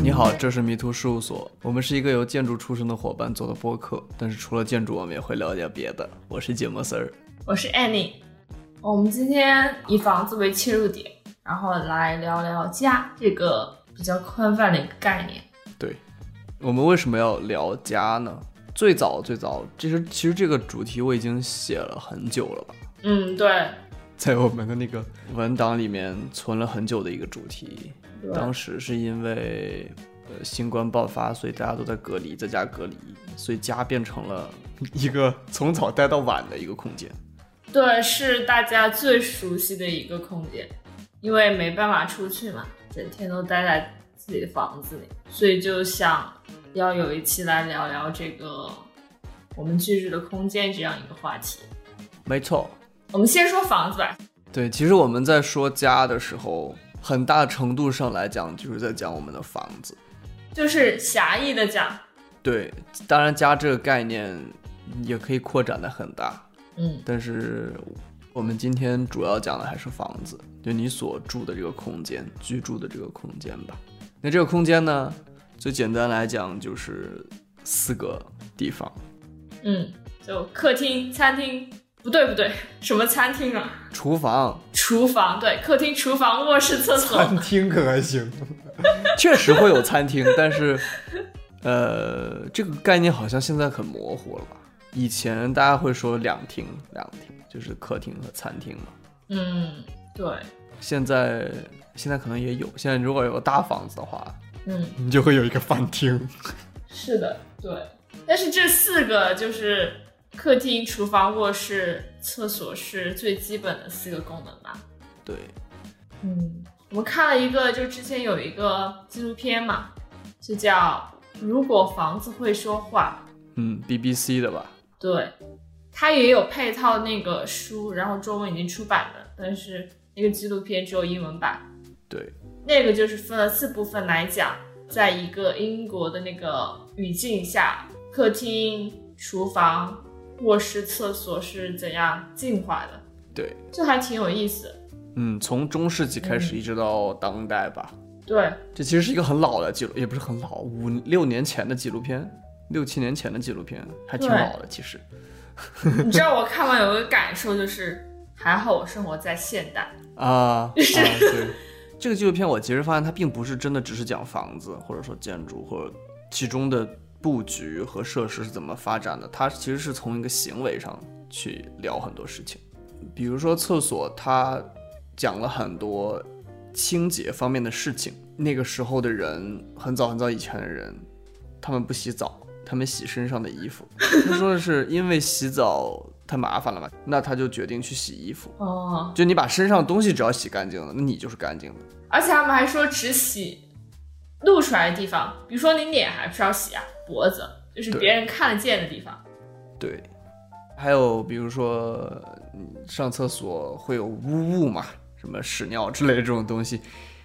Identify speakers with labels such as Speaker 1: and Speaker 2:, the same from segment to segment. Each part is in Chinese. Speaker 1: 你好，这是迷途事务所，我们是一个由建筑出身的伙伴做的播客，但是除了建筑，我们也会聊点别的。我是芥末丝儿，
Speaker 2: 我是 Annie。我们今天以房子为切入点，然后来聊聊家这个比较宽泛的一个概念。
Speaker 1: 对，我们为什么要聊家呢？最早最早，其实其实这个主题我已经写了很久了吧，
Speaker 2: 嗯，对，
Speaker 1: 在我们的那个文档里面存了很久的一个主题。
Speaker 2: 对
Speaker 1: 当时是因为呃新冠爆发，所以大家都在隔离，在家隔离，所以家变成了 一个从早待到晚的一个空间。
Speaker 2: 对，是大家最熟悉的一个空间，因为没办法出去嘛，整天都待在自己的房子里，所以就想要有一期来聊聊这个我们居住的空间这样一个话题。
Speaker 1: 没错，
Speaker 2: 我们先说房子吧，
Speaker 1: 对，其实我们在说家的时候，很大程度上来讲就是在讲我们的房子。
Speaker 2: 就是狭义的讲，
Speaker 1: 对，当然家这个概念也可以扩展的很大，
Speaker 2: 嗯，
Speaker 1: 但是我们今天主要讲的还是房子，就你所住的这个空间，居住的这个空间吧。那这个空间呢，最简单来讲就是四个地方。
Speaker 2: 嗯，就客厅、餐厅，不对不对， 什么餐厅啊？
Speaker 1: 厨房、
Speaker 2: 厨房，对，客厅、厨房、卧室、厕所，
Speaker 3: 厅可还行？
Speaker 1: 确实会有餐厅，但是，呃，这个概念好像现在很模糊了吧？以前大家会说两厅，两厅就是客厅和餐厅嘛。
Speaker 2: 嗯，对，
Speaker 1: 现在现在可能也有，现在如果有个大房子的话，
Speaker 2: 嗯，
Speaker 3: 你就会有一个饭厅。
Speaker 2: 是的，对。但是这四个就是客厅、厨房、卧室、厕所是最基本的四个功能吧？
Speaker 1: 对，
Speaker 2: 嗯，我们看了一个，就之前有一个纪录片嘛，就叫《如果房子会说话》，
Speaker 1: 嗯，BBC 的吧？
Speaker 2: 对，它也有配套那个书，然后中文已经出版了，但是那个纪录片只有英文版。
Speaker 1: 对，
Speaker 2: 那个就是分了四部分来讲，在一个英国的那个语境下，客厅、厨房、卧室、厕所是怎样进化的，
Speaker 1: 对，
Speaker 2: 这还挺有意思的。
Speaker 1: 嗯，从中世纪开始一直到当代吧，
Speaker 2: 对，
Speaker 1: 这其实是一个很老的记录，也不是很老，五六年前的纪录片，六七年前的纪录片，还挺
Speaker 2: 对
Speaker 1: 老的。其实，
Speaker 2: 你知道我看完有一个感受就是，还好我生活在现代。
Speaker 1: 啊，啊对，这个纪录片我其实发现它并不是真的只是讲房子，或者说建筑，或者其中的布局和设施是怎么发展的，它其实是从一个行为上去聊很多事情，比如说厕所，它讲了很多清洁方面的事情。那个时候的人，很早很早以前的人，他们不洗澡，他们洗身上的衣服。他说的是因为洗澡太麻烦了嘛，那他就决定去洗衣服。
Speaker 2: 哦，
Speaker 1: 就你把身上的东西只要洗干净了，那你就是干净的。
Speaker 2: 而且他们还说只洗露出来的地方，比如说你脸还不是要洗啊，脖子就是
Speaker 1: 对
Speaker 2: 别人看得见的地方。
Speaker 1: 对，还有比如说嗯上厕所会有污物嘛，什么屎尿之类的这种东西，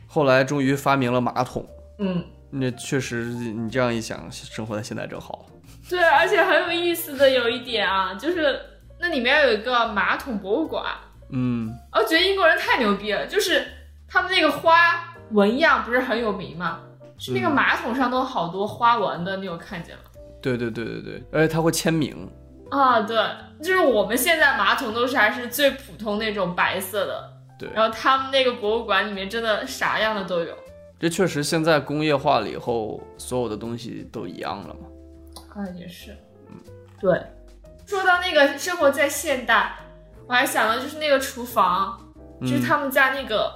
Speaker 1: 后来终于发明了马桶。
Speaker 2: 嗯，
Speaker 1: 那确实，你这样一想，生活在现在真好。
Speaker 2: 对，而且很有意思的有一点啊，就是那里面有一个马桶博物馆，
Speaker 1: 嗯，
Speaker 2: 我觉得英国人太牛逼了，就是他们那个花纹样不是很有名嘛，是那个
Speaker 1: 嗯
Speaker 2: 马桶上都有好多花纹的，你有看见吗？
Speaker 1: 对对对对对，而且他会签名。
Speaker 2: 啊，对，就是我们现在马桶都是还是最普通那种白色的，
Speaker 1: 对，
Speaker 2: 然后他们那个博物馆里面真的啥样的都有。
Speaker 1: 这确实现在工业化了以后，所有的东西都一样了嘛。
Speaker 2: 啊，也是，对。说到那个生活在现代，我还想到就是那个厨房，就是他们家那个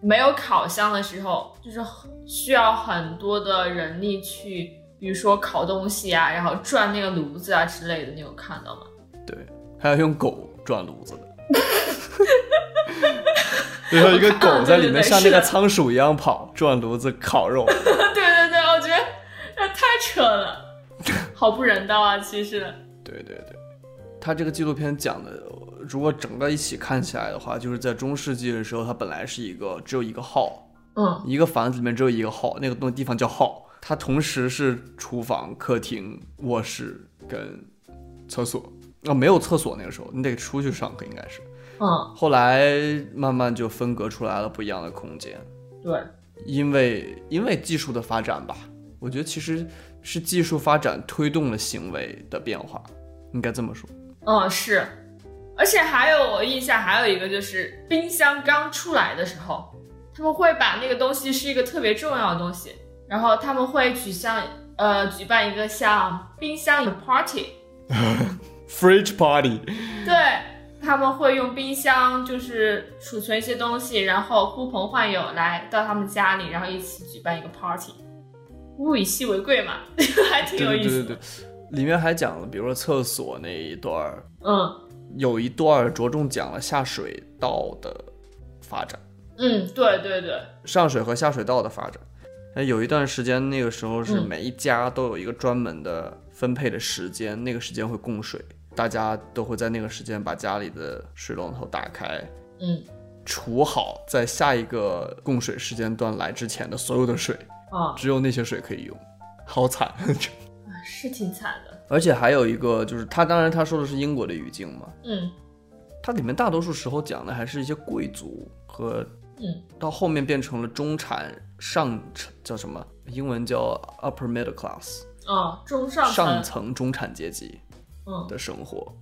Speaker 2: 没有烤箱的时候，就是需要很多的人力去，比如说烤东西啊，然后转那个炉子啊之类的，你有看到吗？
Speaker 1: 对，还要用狗转炉子的，
Speaker 3: 最后一个
Speaker 1: 狗在里
Speaker 2: 啊对对对
Speaker 1: 面像那
Speaker 2: 是的
Speaker 1: 个仓鼠一样跑，转炉子烤肉。
Speaker 2: 对对对，我觉得那太扯了，好不人道啊！其实，
Speaker 1: 对对对，他这个纪录片讲的，如果整个一起看起来的话，就是在中世纪的时候，它本来是一个只有一个号，
Speaker 2: 嗯，
Speaker 1: 一个房子里面只有一个号，那个东地方叫号，它同时是厨房、客厅、卧室跟厕所。啊、没有厕所那个时候，你得出去上课应该是。
Speaker 2: 嗯，
Speaker 1: 后来慢慢就分隔出来了不一样的空间。
Speaker 2: 对，
Speaker 1: 因为因为技术的发展吧，我觉得其实是技术发展推动了行为的变化，应该这么说。
Speaker 2: 嗯，是。而且还有我印象还有一个就是冰箱刚出来的时候，他们会把那个东西是一个特别重要的东西，然后他们会举像呃举办一个像冰箱的 party，
Speaker 1: Fridge party，
Speaker 2: 对，他们会用冰箱就是储存一些东西，然后呼朋唤友来到他们家里，然后一起举办一个 party，物以稀为贵嘛， 还挺
Speaker 1: 对
Speaker 2: 有
Speaker 1: 对
Speaker 2: 意
Speaker 1: 对
Speaker 2: 思
Speaker 1: 对
Speaker 2: 的。
Speaker 1: 对，里面还讲了，比如说厕所那一段儿，
Speaker 2: 嗯
Speaker 1: 有一段儿着重讲了下水道的发展，
Speaker 2: 嗯，对对对，
Speaker 1: 上水和下水道的发展。哎，有一段时间，那个时候是
Speaker 2: 嗯
Speaker 1: 每一家都有一个专门的分配的时间，那个时间会供水，大家都会在那个时间把家里的水龙头打开，
Speaker 2: 嗯
Speaker 1: 储好在下一个供水时间段来之前的所有的水，
Speaker 2: 啊、
Speaker 1: 只有那些水可以用，好惨。
Speaker 2: 是挺惨的。
Speaker 1: 而且还有一个就是，他当然他说的是英国的语境嘛，
Speaker 2: 嗯
Speaker 1: 它里面大多数时候讲的还是一些贵族和，
Speaker 2: 嗯，
Speaker 1: 到后面变成了中产上层叫什么？英文叫 upper middle class，
Speaker 2: 啊、中上层，
Speaker 1: 上层中产阶级
Speaker 2: 嗯
Speaker 1: 的生活。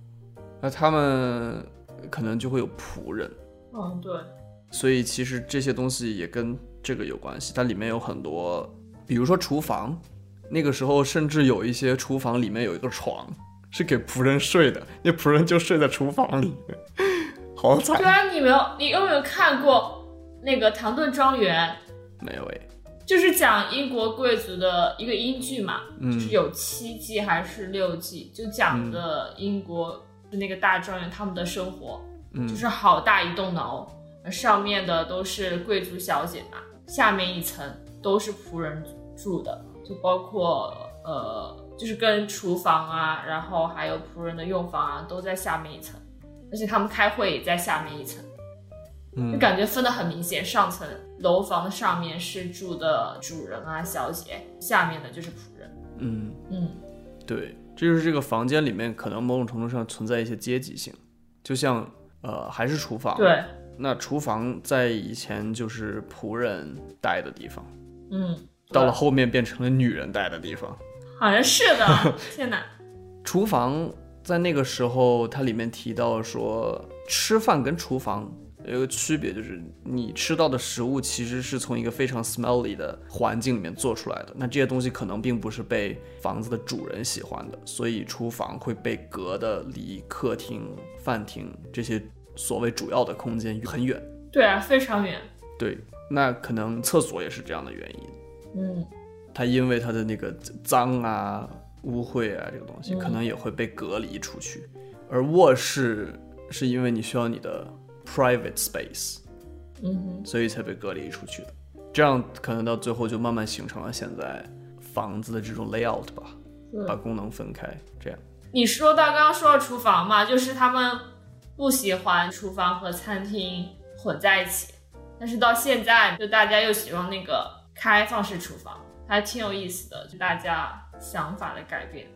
Speaker 1: 那他们可能就会有仆人，
Speaker 2: 嗯，对，
Speaker 1: 所以其实这些东西也跟这个有关系。它里面有很多，比如说厨房，那个时候甚至有一些厨房里面有一个床是给仆人睡的，那仆人就睡在厨房里，好惨
Speaker 2: 对。啊，你没有，你有没有看过那个《唐顿庄园》？
Speaker 1: 没有哎，
Speaker 2: 就是讲英国贵族的一个英剧嘛，
Speaker 1: 嗯
Speaker 2: 就是有七季还是六季，就讲的英国就那个大庄园他们的生活，
Speaker 1: 嗯
Speaker 2: 就是好大一栋楼，呃上面的都是贵族小姐嘛，下面一层都是仆人住的，就包括呃，就是跟厨房啊，然后还有仆人的用房啊，都在下面一层，而且他们开会也在下面一层。就
Speaker 1: 嗯
Speaker 2: 感觉分得很明显，上层楼房的上面是住的主人啊、小姐，下面的就是仆人。
Speaker 1: 嗯，
Speaker 2: 嗯，
Speaker 1: 对，这就是这个房间里面可能某种程度上存在一些阶级性，就像呃还是厨房，，
Speaker 2: 对，
Speaker 1: 那厨房在以前就是仆人待的地方，
Speaker 2: 嗯，
Speaker 1: 到
Speaker 2: 对
Speaker 1: 了后面变成了女人待的地方。
Speaker 2: 好像是 的。天哪，
Speaker 1: 厨房在那个时候，它里面提到说，吃饭跟厨房有一个区别，就是你吃到的食物其实是从一个非常 smelly 的环境里面做出来的。那这些东西可能并不是被房子的主人喜欢的，所以厨房会被隔的离客厅、饭厅这些所谓主要的空间很远。
Speaker 2: 对啊，非常远。
Speaker 1: 对，那可能厕所也是这样的原因。
Speaker 2: 嗯，
Speaker 1: 它因为它的那个脏啊、污秽啊这个东西，
Speaker 2: 嗯
Speaker 1: 可能也会被隔离出去。而卧室是因为你需要你的 private space，
Speaker 2: 嗯哼，
Speaker 1: 所以才被隔离出去的。这样可能到最后就慢慢形成了现在房子的这种 layout 吧，
Speaker 2: 对
Speaker 1: 把功能分开。这样，
Speaker 2: 你说到刚刚说到厨房嘛，就是他们不喜欢厨房和餐厅混在一起，但是到现在就大家又喜欢那个开放式厨房，还挺有意思的，就大家想法的改变。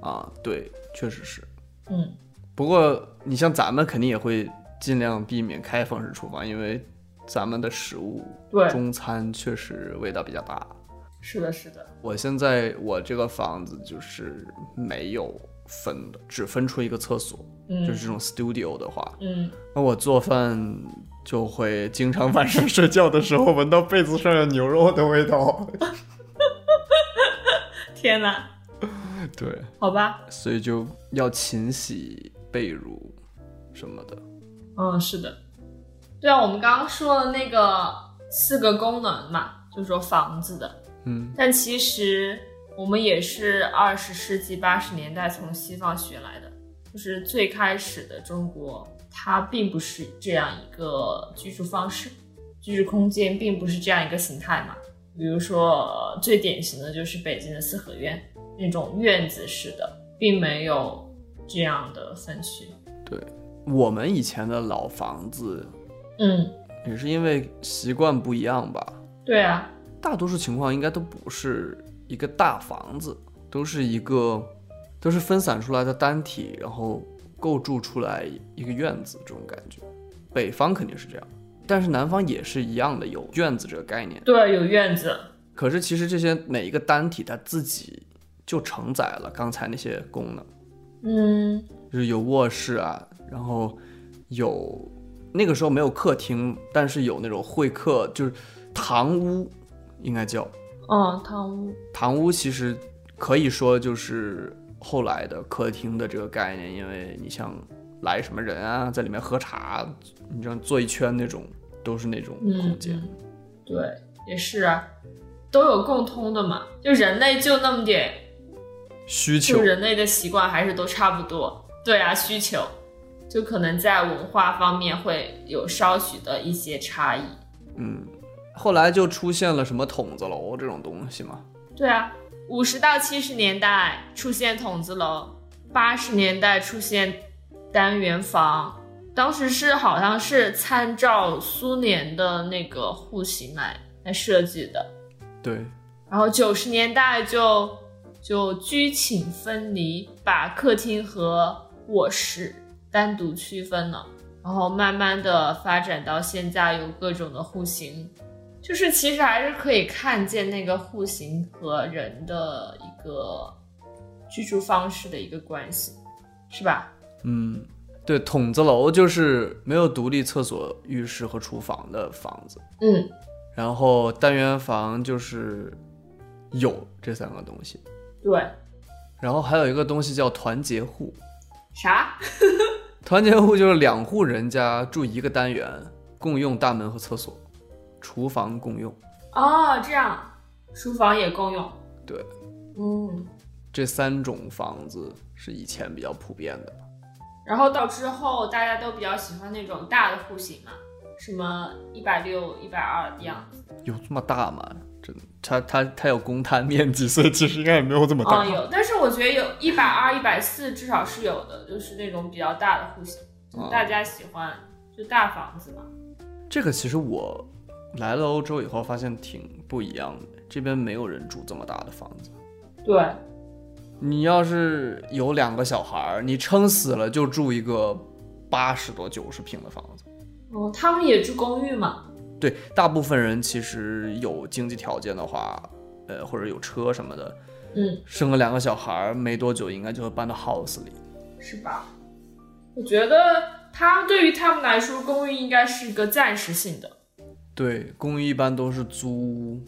Speaker 1: 啊，对，确实是。
Speaker 2: 嗯，
Speaker 1: 不过你像咱们肯定也会尽量避免开放式厨房，因为咱们的食物
Speaker 2: 对，
Speaker 1: 中餐确实味道比较大。
Speaker 2: 是的，是的。
Speaker 1: 我现在我这个房子就是没有分的，只分出一个厕所，
Speaker 2: 嗯
Speaker 1: 就是这种 studio 的话，
Speaker 2: 嗯，
Speaker 1: 那我做饭就会经常晚上 睡觉的时候闻到被子上有牛肉的味道。
Speaker 2: 天哪，
Speaker 1: 对，
Speaker 2: 好吧，
Speaker 1: 所以就要勤洗被褥什么的。
Speaker 2: 嗯，是的，对啊，我们刚刚说了那个四个功能嘛，就说房子的，
Speaker 1: 嗯
Speaker 2: 但其实我们也是二十世纪八十年代从西方学来的，就是最开始的中国，它并不是这样一个居住方式，居住空间并不是这样一个形态嘛。比如说呃最典型的就是北京的四合院那种院子式的，并没有这样的分区。
Speaker 1: 我们以前的老房子
Speaker 2: 嗯，
Speaker 1: 也是因为习惯不一样吧，
Speaker 2: 对啊，
Speaker 1: 大多数情况应该都不是一个大房子，都是一个都是分散出来的单体，然后构筑出来一个院子这种感觉。北方肯定是这样，但是南方也是一样的，有院子这个概念。
Speaker 2: 对，有院子，
Speaker 1: 可是其实这些每一个单体它自己就承载了刚才那些功能，
Speaker 2: 嗯，
Speaker 1: 就是有卧室啊，然后有那个时候没有客厅，但是有那种会客，就是堂屋，应该叫
Speaker 2: 哦，堂屋，
Speaker 1: 堂屋。其实可以说就是后来的客厅的这个概念，因为你像来什么人啊，在里面喝茶，你这样坐一圈那种，都是那种空间。
Speaker 2: 嗯对，也是啊，都有共通的嘛，就人类就那么点，
Speaker 1: 需求
Speaker 2: 就人类的习惯还是都差不多。对啊，需求，就可能在文化方面会有稍许的一些差异。
Speaker 1: 嗯，后来就出现了什么筒子楼这种东西嘛。
Speaker 2: 对啊，五十到七十年代出现筒子楼，八十年代出现单元房。当时是好像是参照苏联的那个户型来来设计的，
Speaker 1: 对，
Speaker 2: 然后九十年代就就居寝分离，把客厅和卧室单独区分了，然后慢慢的发展到现在有各种的户型，就是其实还是可以看见那个户型和人的一个居住方式的一个关系，是吧？
Speaker 1: 嗯，对，筒子楼就是没有独立厕所、浴室和厨房的房子，
Speaker 2: 嗯，
Speaker 1: 然后单元房就是有这三个东西，
Speaker 2: 对，
Speaker 1: 然后还有一个东西叫团结户，
Speaker 2: 啥？
Speaker 1: 团结户就是两户人家住一个单元，共用大门和厕所，厨房共用，
Speaker 2: 哦，这样，书房也共用，
Speaker 1: 对，
Speaker 2: 嗯。
Speaker 1: 这三种房子是以前比较普遍的。
Speaker 2: 然后到之后，大家都比较喜欢那种大的户型嘛，什么一百六、一百二的样子。
Speaker 1: 有这么大吗？真的，它它它有公摊面积，所
Speaker 3: 所
Speaker 1: 以
Speaker 3: 以其实应该也没有这么大。
Speaker 2: 嗯，有，但是我觉得有一百二、一百四至少是有的，就是那种比较大的户型，就是大家喜欢就大房子嘛。
Speaker 1: 这个其实我来了欧洲以后发现挺不一样的。这边没有人住这么大的房子。
Speaker 2: 对，
Speaker 1: 你要是有两个小孩儿，你撑死了就住一个八十多、九十平的房子。
Speaker 2: 嗯，他们也住公寓嘛。
Speaker 1: 对，大部分人其实有经济条件的话，呃，或者有车什么的，
Speaker 2: 嗯，
Speaker 1: 生了两个小孩儿没多久，应该就会搬到 house 里。
Speaker 2: 是吧？我觉得他对于他们来说，公寓应该是一个暂时性的。
Speaker 1: 对，公寓一般都是租屋，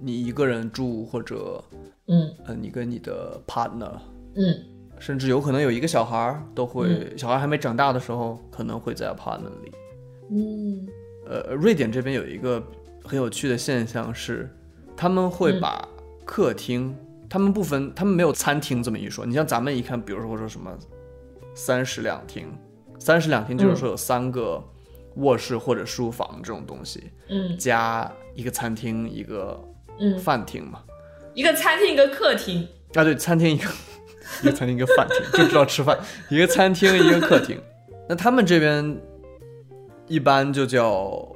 Speaker 1: 你一个人住或者
Speaker 2: 嗯
Speaker 1: 呃，你跟你的 partner，
Speaker 2: 嗯，
Speaker 1: 甚至有可能有一个小孩儿都会，小孩还没长大的时候，可能会在 apartment 里。
Speaker 2: 嗯
Speaker 1: 呃，瑞典这边有一个很有趣的现象是，他们会
Speaker 2: 嗯
Speaker 1: 把客厅，他们不分，他们没有餐厅这么一说。你像咱们一看，比如说说什么三室两厅，三室两厅就是说有三个卧室或者书房这种东西，
Speaker 2: 嗯
Speaker 1: 加一个餐厅一个
Speaker 2: 嗯，
Speaker 1: 饭厅嘛。
Speaker 2: 一个餐厅，一个客厅。
Speaker 1: 啊，对，餐厅一个一个餐厅一个饭厅，就知道吃饭，一个餐厅一个客厅。那他们这边一般就叫，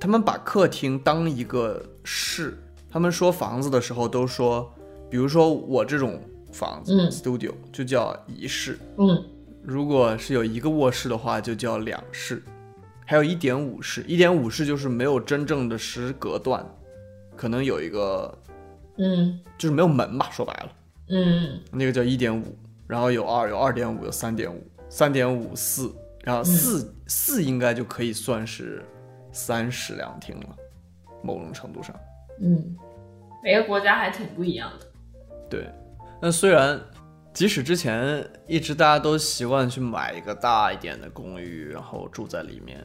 Speaker 1: 他们把客厅当一个室，他们说房子的时候都说，比如说我这种房子、
Speaker 2: 嗯
Speaker 1: studio 就叫一室，
Speaker 2: 嗯
Speaker 1: 如果是有一个卧室的话，就叫两室，还有一点五室，一点五室就是没有真正的实隔断，可能有一个
Speaker 2: 嗯
Speaker 1: 就是没有门吧，说白了。
Speaker 2: 嗯。
Speaker 1: 那个叫一点五，然后有二，有二点五，有三点五，三点五四，然后四四、应该就可以算是三室两厅了，某种程度上。
Speaker 2: 嗯，每个国家还挺不一样的。
Speaker 1: 对，那虽然即使之前一直大家都习惯去买一个大一点的公寓，然后住在里面，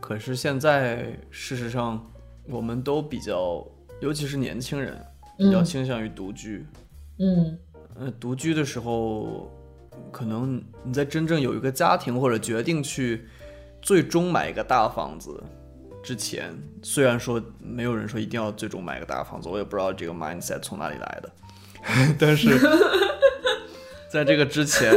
Speaker 1: 可是现在事实上我们都比较，尤其是年轻人，比较倾向于独居。
Speaker 2: 嗯
Speaker 1: 呃，独居的时候，可能你在真正有一个家庭或者决定去最终买一个大房子之前，虽然说没有人说一定要最终买一个大房子，我也不知道这个 mindset 从哪里来的，
Speaker 3: 但是
Speaker 1: 在这个之前，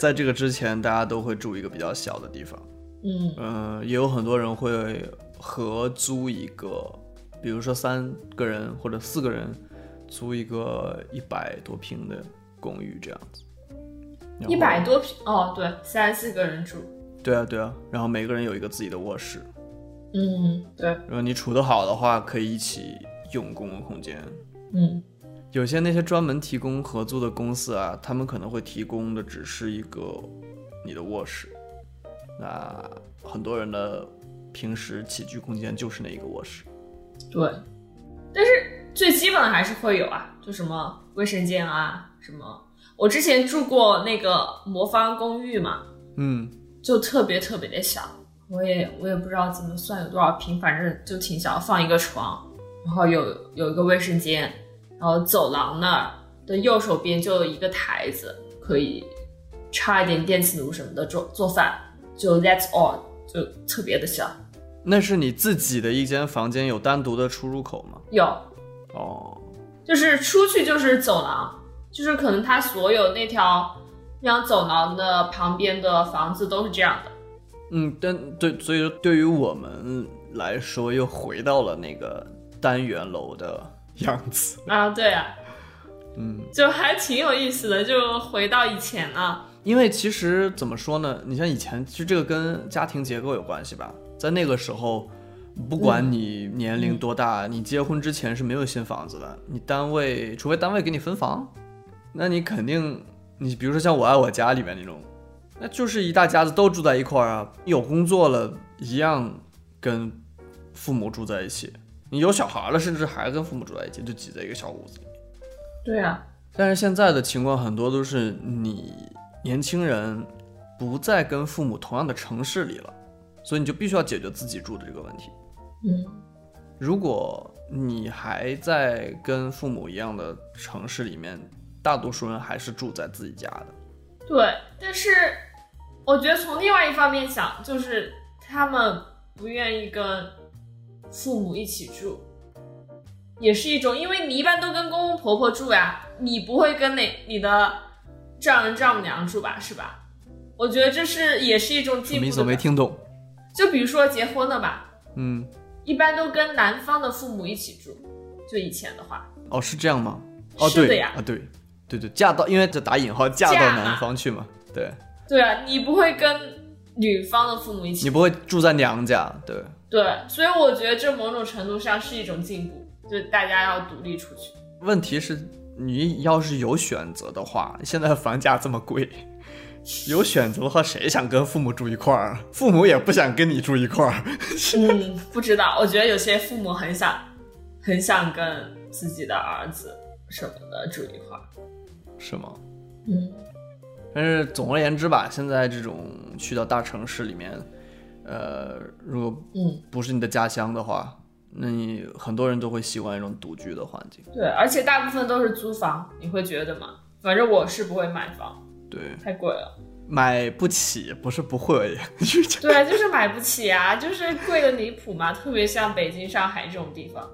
Speaker 1: 在这个之前，大家都会住一个比较小的地方。
Speaker 2: 嗯
Speaker 1: 嗯、也有很多人会合租一个，比如说三个人或者四个人租一个一百多平的公寓这样子。然后
Speaker 2: 一百多平哦，对，三四个人住。
Speaker 1: 对啊，对啊，然后每个人有一个自己的卧室，
Speaker 2: 嗯，对，
Speaker 1: 如果你处得好的话，可以一起用公共空间。
Speaker 2: 嗯
Speaker 1: 有些那些专门提供合租的公司啊，他们可能会提供的只是一个你的卧室，那很多人的平时起居空间就是那一个卧室。
Speaker 2: 对，但是最基本的还是会有啊，就什么卫生间啊，什么。我之前住过那个魔方公寓嘛，
Speaker 1: 嗯，
Speaker 2: 就特别特别的小，我也我也不知道怎么算有多少平，反正就挺小，放一个床，然后有有一个卫生间，然后走廊那儿的右手边就有一个台子，可以插一点电磁炉什么的做做饭，就 that's all，就特别的小。
Speaker 1: 那是你自己的一间房间，有单独的出入口吗？
Speaker 2: 有，
Speaker 1: 哦，
Speaker 2: 就是出去就是走廊，就是可能它所有那条那条走廊的旁边的房子都是这样的。
Speaker 1: 嗯，但对，所以对于我们来说，又回到了那个单元楼的样子。
Speaker 2: 啊，对啊，
Speaker 1: 嗯，
Speaker 2: 就还挺有意思的，就回到以前了。
Speaker 1: 因为其实怎么说呢，你像以前，其实这个跟家庭结构有关系吧。在那个时候，不管你年龄多大，你结婚之前是没有新房子的。你单位，除非单位给你分房，那你肯定，你比如说像《我爱我家》里面那种，那就是一大家子都住在一块儿啊。有工作了，一样跟父母住在一起。你有小孩了，甚至还跟父母住在一起，就挤在一个小屋子里。
Speaker 2: 对啊，
Speaker 1: 但是现在的情况很多都是你年轻人不再跟父母同样的城市里了，所以你就必须要解决自己住的这个问题。
Speaker 2: 嗯，
Speaker 1: 如果你还在跟父母一样的城市里面，大多数人还是住在自己家的。
Speaker 2: 对。但是我觉得从另外一方面想，就是他们不愿意跟父母一起住，也是一种，因为你一般都跟公公婆婆住呀，你不会跟哪你的丈人丈母娘住吧，是吧？我觉得这是也是一种
Speaker 1: 什
Speaker 2: 进
Speaker 1: 么意
Speaker 2: 步
Speaker 1: 思？我
Speaker 2: 的
Speaker 1: 没
Speaker 2: 吧。
Speaker 1: 听懂。
Speaker 2: 就比如说结婚了吧，
Speaker 1: 嗯，
Speaker 2: 一般都跟男方的父母一起住，就以前的话，
Speaker 1: 哦，是这样吗？哦，
Speaker 2: 是的
Speaker 1: 对
Speaker 2: 呀
Speaker 1: 啊，对，对对，嫁到，因为这打引号，嫁到
Speaker 2: 嫁嘛
Speaker 1: 南方去嘛。对，
Speaker 2: 对啊，你不会跟女方的父母一
Speaker 1: 你
Speaker 2: 起，
Speaker 1: 不会住在娘家，对。
Speaker 2: 对，所以我觉得这某种程度上是一种进步，就大家要独立出去。
Speaker 1: 问题是，你要是有选择的话，现在房价这么贵， 有选择的话，谁想跟父母住一块儿？父母也不想跟你住一块儿。
Speaker 2: 嗯， 不知道，我觉得有些父母很想，很想跟自己的儿子什么的住一块儿。
Speaker 1: 是吗？
Speaker 2: 嗯，
Speaker 1: 但是总而言之吧，现在这种去到大城市里面，呃，如果
Speaker 2: 嗯
Speaker 1: 不是你的家乡的话，那你很多人都会习惯一种独居的环境。
Speaker 2: 对，而且大部分都是租房，你会觉得吗？反正我是不会买房，
Speaker 1: 对，
Speaker 2: 太贵了。
Speaker 1: 买不起不是不会， 是这样
Speaker 2: 对，就是买不起啊，就是贵的离谱嘛，特别像北京、上海这种地方。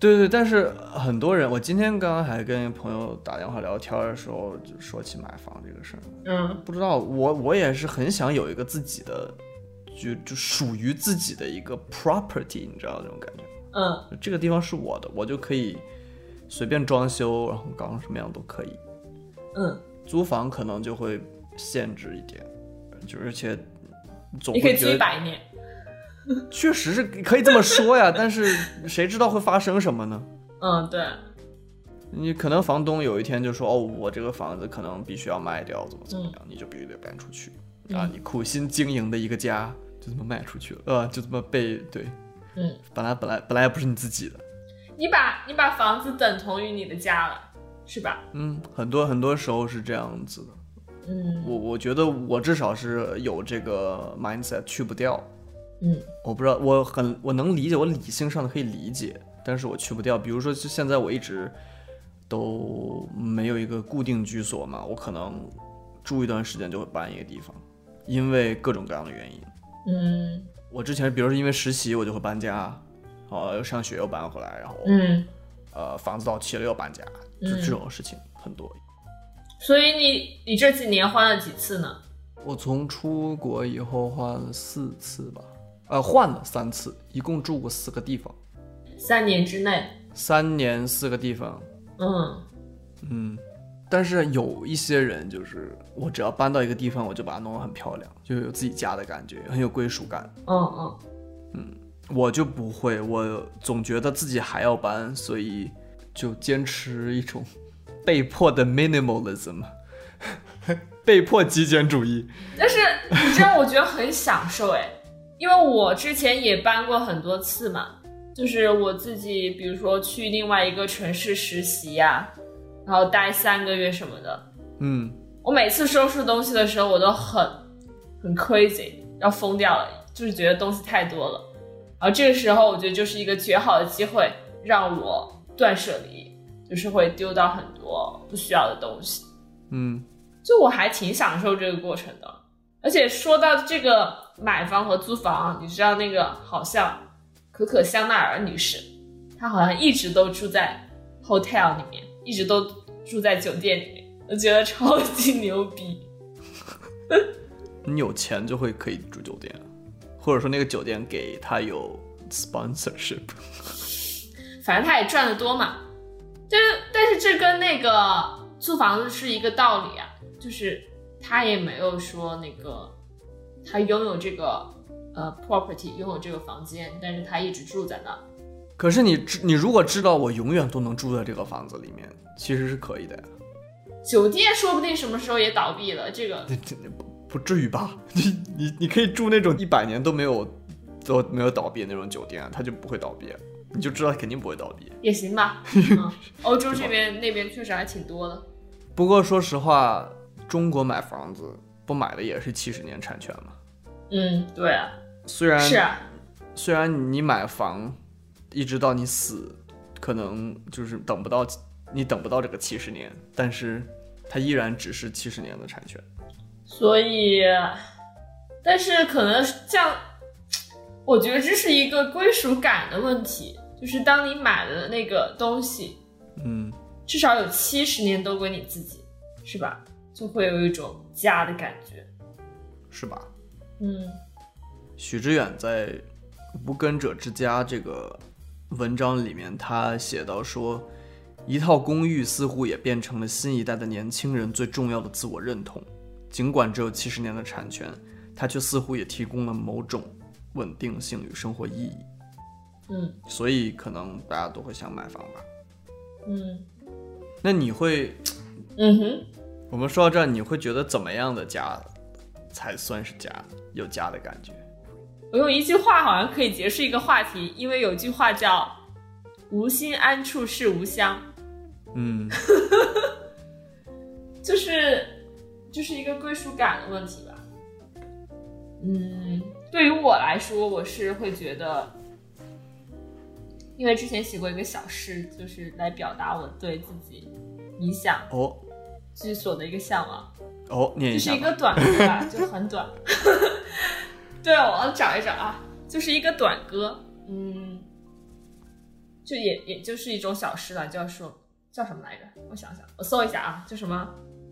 Speaker 1: 对对，但是很多人，我今天刚刚还跟朋友打电话聊天的时候，就说起买房这个事儿，
Speaker 2: 嗯
Speaker 1: 不知道我我也是很想有一个自己的，就就属于自己的一个 property，你知道这种感觉，
Speaker 2: 嗯
Speaker 1: 就这个地方是我的，我就可以随便装修，然后搞成什么样都可以。
Speaker 2: 嗯，
Speaker 1: 租房可能就会限制一点，就而且总
Speaker 2: 你可以
Speaker 1: 会
Speaker 2: 租一
Speaker 1: 觉得
Speaker 2: 百年。
Speaker 1: 确实是可以这么说呀，但是谁知道会发生什么呢？
Speaker 2: 嗯，对，
Speaker 1: 你可能房东有一天就说：“哦，我这个房子可能必须要卖掉，怎么怎么样，你就必须得搬出去啊！你苦心经营的一个家就这么卖出去了，呃，就这么被对，
Speaker 2: 嗯，
Speaker 1: 本来本来本来也不是你自己的，
Speaker 2: 你把你把房子等同于你的家了，是吧？
Speaker 1: 嗯，很多很多时候是这样子的。
Speaker 2: 嗯
Speaker 1: 我我觉得我至少是有这个 mindset 去不掉，
Speaker 2: 嗯
Speaker 1: 我不知道，我很我能理解，我理性上的可以理解，但是我去不掉。比如说，就现在我一直都没有一个固定居所嘛，我可能住一段时间就会搬一个地方，因为各种各样的原因。
Speaker 2: 嗯
Speaker 1: 我之前，比如说因为实习，我就会搬家，呃，上学又搬回来，然后、
Speaker 2: 嗯，
Speaker 1: 呃房子到期了又搬家，呃就
Speaker 2: 嗯
Speaker 1: 这种事情很多。
Speaker 2: 所以你你这几年换了几次呢？
Speaker 1: 我从出国以后换了四次吧，呃，换了三次，一共住过四个地方，
Speaker 2: 三年之内。
Speaker 1: 三年四个地方，
Speaker 2: 嗯
Speaker 1: 嗯，但是有一些人就是，我只要搬到一个地方，我就把它弄得很漂亮，就有自己家的感觉，很有归属感。
Speaker 2: 嗯嗯
Speaker 1: 我就不会，我总觉得自己还要搬，所以就坚持一种被迫的 minimalism，被迫极简主义。
Speaker 2: 但是你知道，我觉得很享受哎， 因为我之前也搬过很多次嘛，就是我自己，比如说去另外一个城市实习呀、然后待三个月什么的。
Speaker 1: 嗯，
Speaker 2: 我每次收拾东西的时候，我都很很 crazy，要疯掉了，就是觉得东西太多了。然后这个时候，我觉得就是一个绝好的机会，让我断舍离，就是会丢到很多不需要的东西。
Speaker 1: 嗯，
Speaker 2: 就我还挺享受这个过程的。而且说到这个买房和租房，你知道那个好像可可香奈儿女士，她好像一直都住在 hotel 里面，一直都住在酒店里面，我觉得超级牛逼。
Speaker 1: 嗯你有钱就会可以住酒店，或者说那个酒店给他有 sponsorship。
Speaker 2: 反正她也赚得多嘛。但是但是这跟那个租房子是一个道理啊，就是她也没有说那个她拥有这个呃 property，拥有这个房间，但是她一直住在那儿。
Speaker 1: 可是你知，你如果知道我永远都能住在这个房子里面，其实是可以的呀，
Speaker 2: 酒店说不定什么时候也倒闭了，这个
Speaker 1: 这这不不至于吧？ 你你你可以住那种一百年都没有都没有倒闭那种酒店，啊它就不会倒闭，你就知道它肯定不会倒闭。
Speaker 2: 也行吧。 嗯，欧洲这边那边确实还挺多的。
Speaker 1: 不过说实话，中国买房子不买的也是七十年产权嘛。
Speaker 2: 嗯，对啊，
Speaker 1: 虽然
Speaker 2: 是啊，
Speaker 1: 虽然你买房，一直到你死，可能就是等不到你等不到这个七十年，但是它依然只是七十年的产权。
Speaker 2: 所以，但是可能像，我觉得这是一个归属感的问题，就是当你买的那个东西，
Speaker 1: 嗯，
Speaker 2: 至少有七十年都归你自己，是吧？就会有一种家的感觉。
Speaker 1: 是吧？
Speaker 2: 嗯，
Speaker 1: 许知远在《无根者之家》这个文章里面，他写到说，一套公寓似乎也变成了新一代的年轻人最重要的自我认同。尽管只有七十年的产权，它却似乎也提供了某种稳定性与生活意义。
Speaker 2: 嗯，
Speaker 1: 所以可能大家都会想买房吧。
Speaker 2: 嗯，
Speaker 1: 那你会，
Speaker 2: 嗯哼。
Speaker 1: 我们说到这儿，你会觉得怎么样的家才算是家，有家的感觉？
Speaker 2: 我用一句话好像可以结束一个话题，因为有句话叫“无心安处是吾乡
Speaker 1: 嗯，”，
Speaker 2: 就是就是一个归属感的问题吧。嗯，对于我来说，我是会觉得，因为之前写过一个小诗，就是来表达我对自己理想
Speaker 1: 哦
Speaker 2: 居所的一个向往。
Speaker 1: 哦，念一
Speaker 2: 就是
Speaker 1: 下
Speaker 2: 一
Speaker 1: 吧。
Speaker 2: 个短歌吧，就很短。 对，我要找一找啊，就是一个短歌，嗯，就也也就是一种小诗了，叫说叫什么来着？我想想，我搜一下啊，叫什么？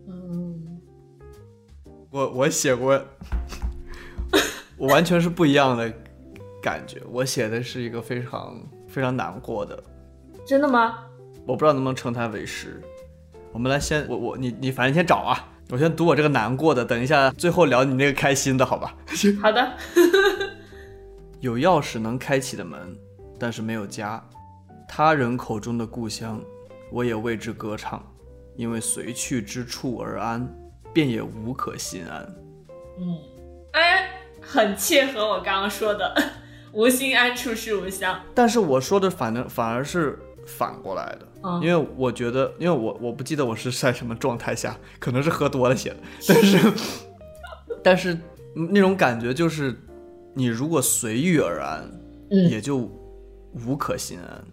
Speaker 2: 嗯，
Speaker 1: 我我写过，我完全是不一样的感觉。我写的是一个非常非常难过的，
Speaker 2: 真的吗？
Speaker 1: 我不知道能不能称它为诗。我们来先，我我你你反正先找啊，我先读我这个难过的，等一下最后聊你那个开心的，好吧？
Speaker 2: 好的，
Speaker 1: 有钥匙能开启的门，但是没有家。他人口中的故乡，我也为之歌唱，因为随去之处而安，便也无可心安。
Speaker 2: 嗯，哎，很切合我刚刚说的 “无心安处是吾乡
Speaker 1: 但是我说的反正反而是反过来的，
Speaker 2: 嗯
Speaker 1: 因为我觉得，因为我我不记得我是在什么状态下，可能是喝多了 写的，但是但是嗯那种感觉就是，你如果随遇而安，”。
Speaker 2: 嗯，
Speaker 1: 也就无可心安。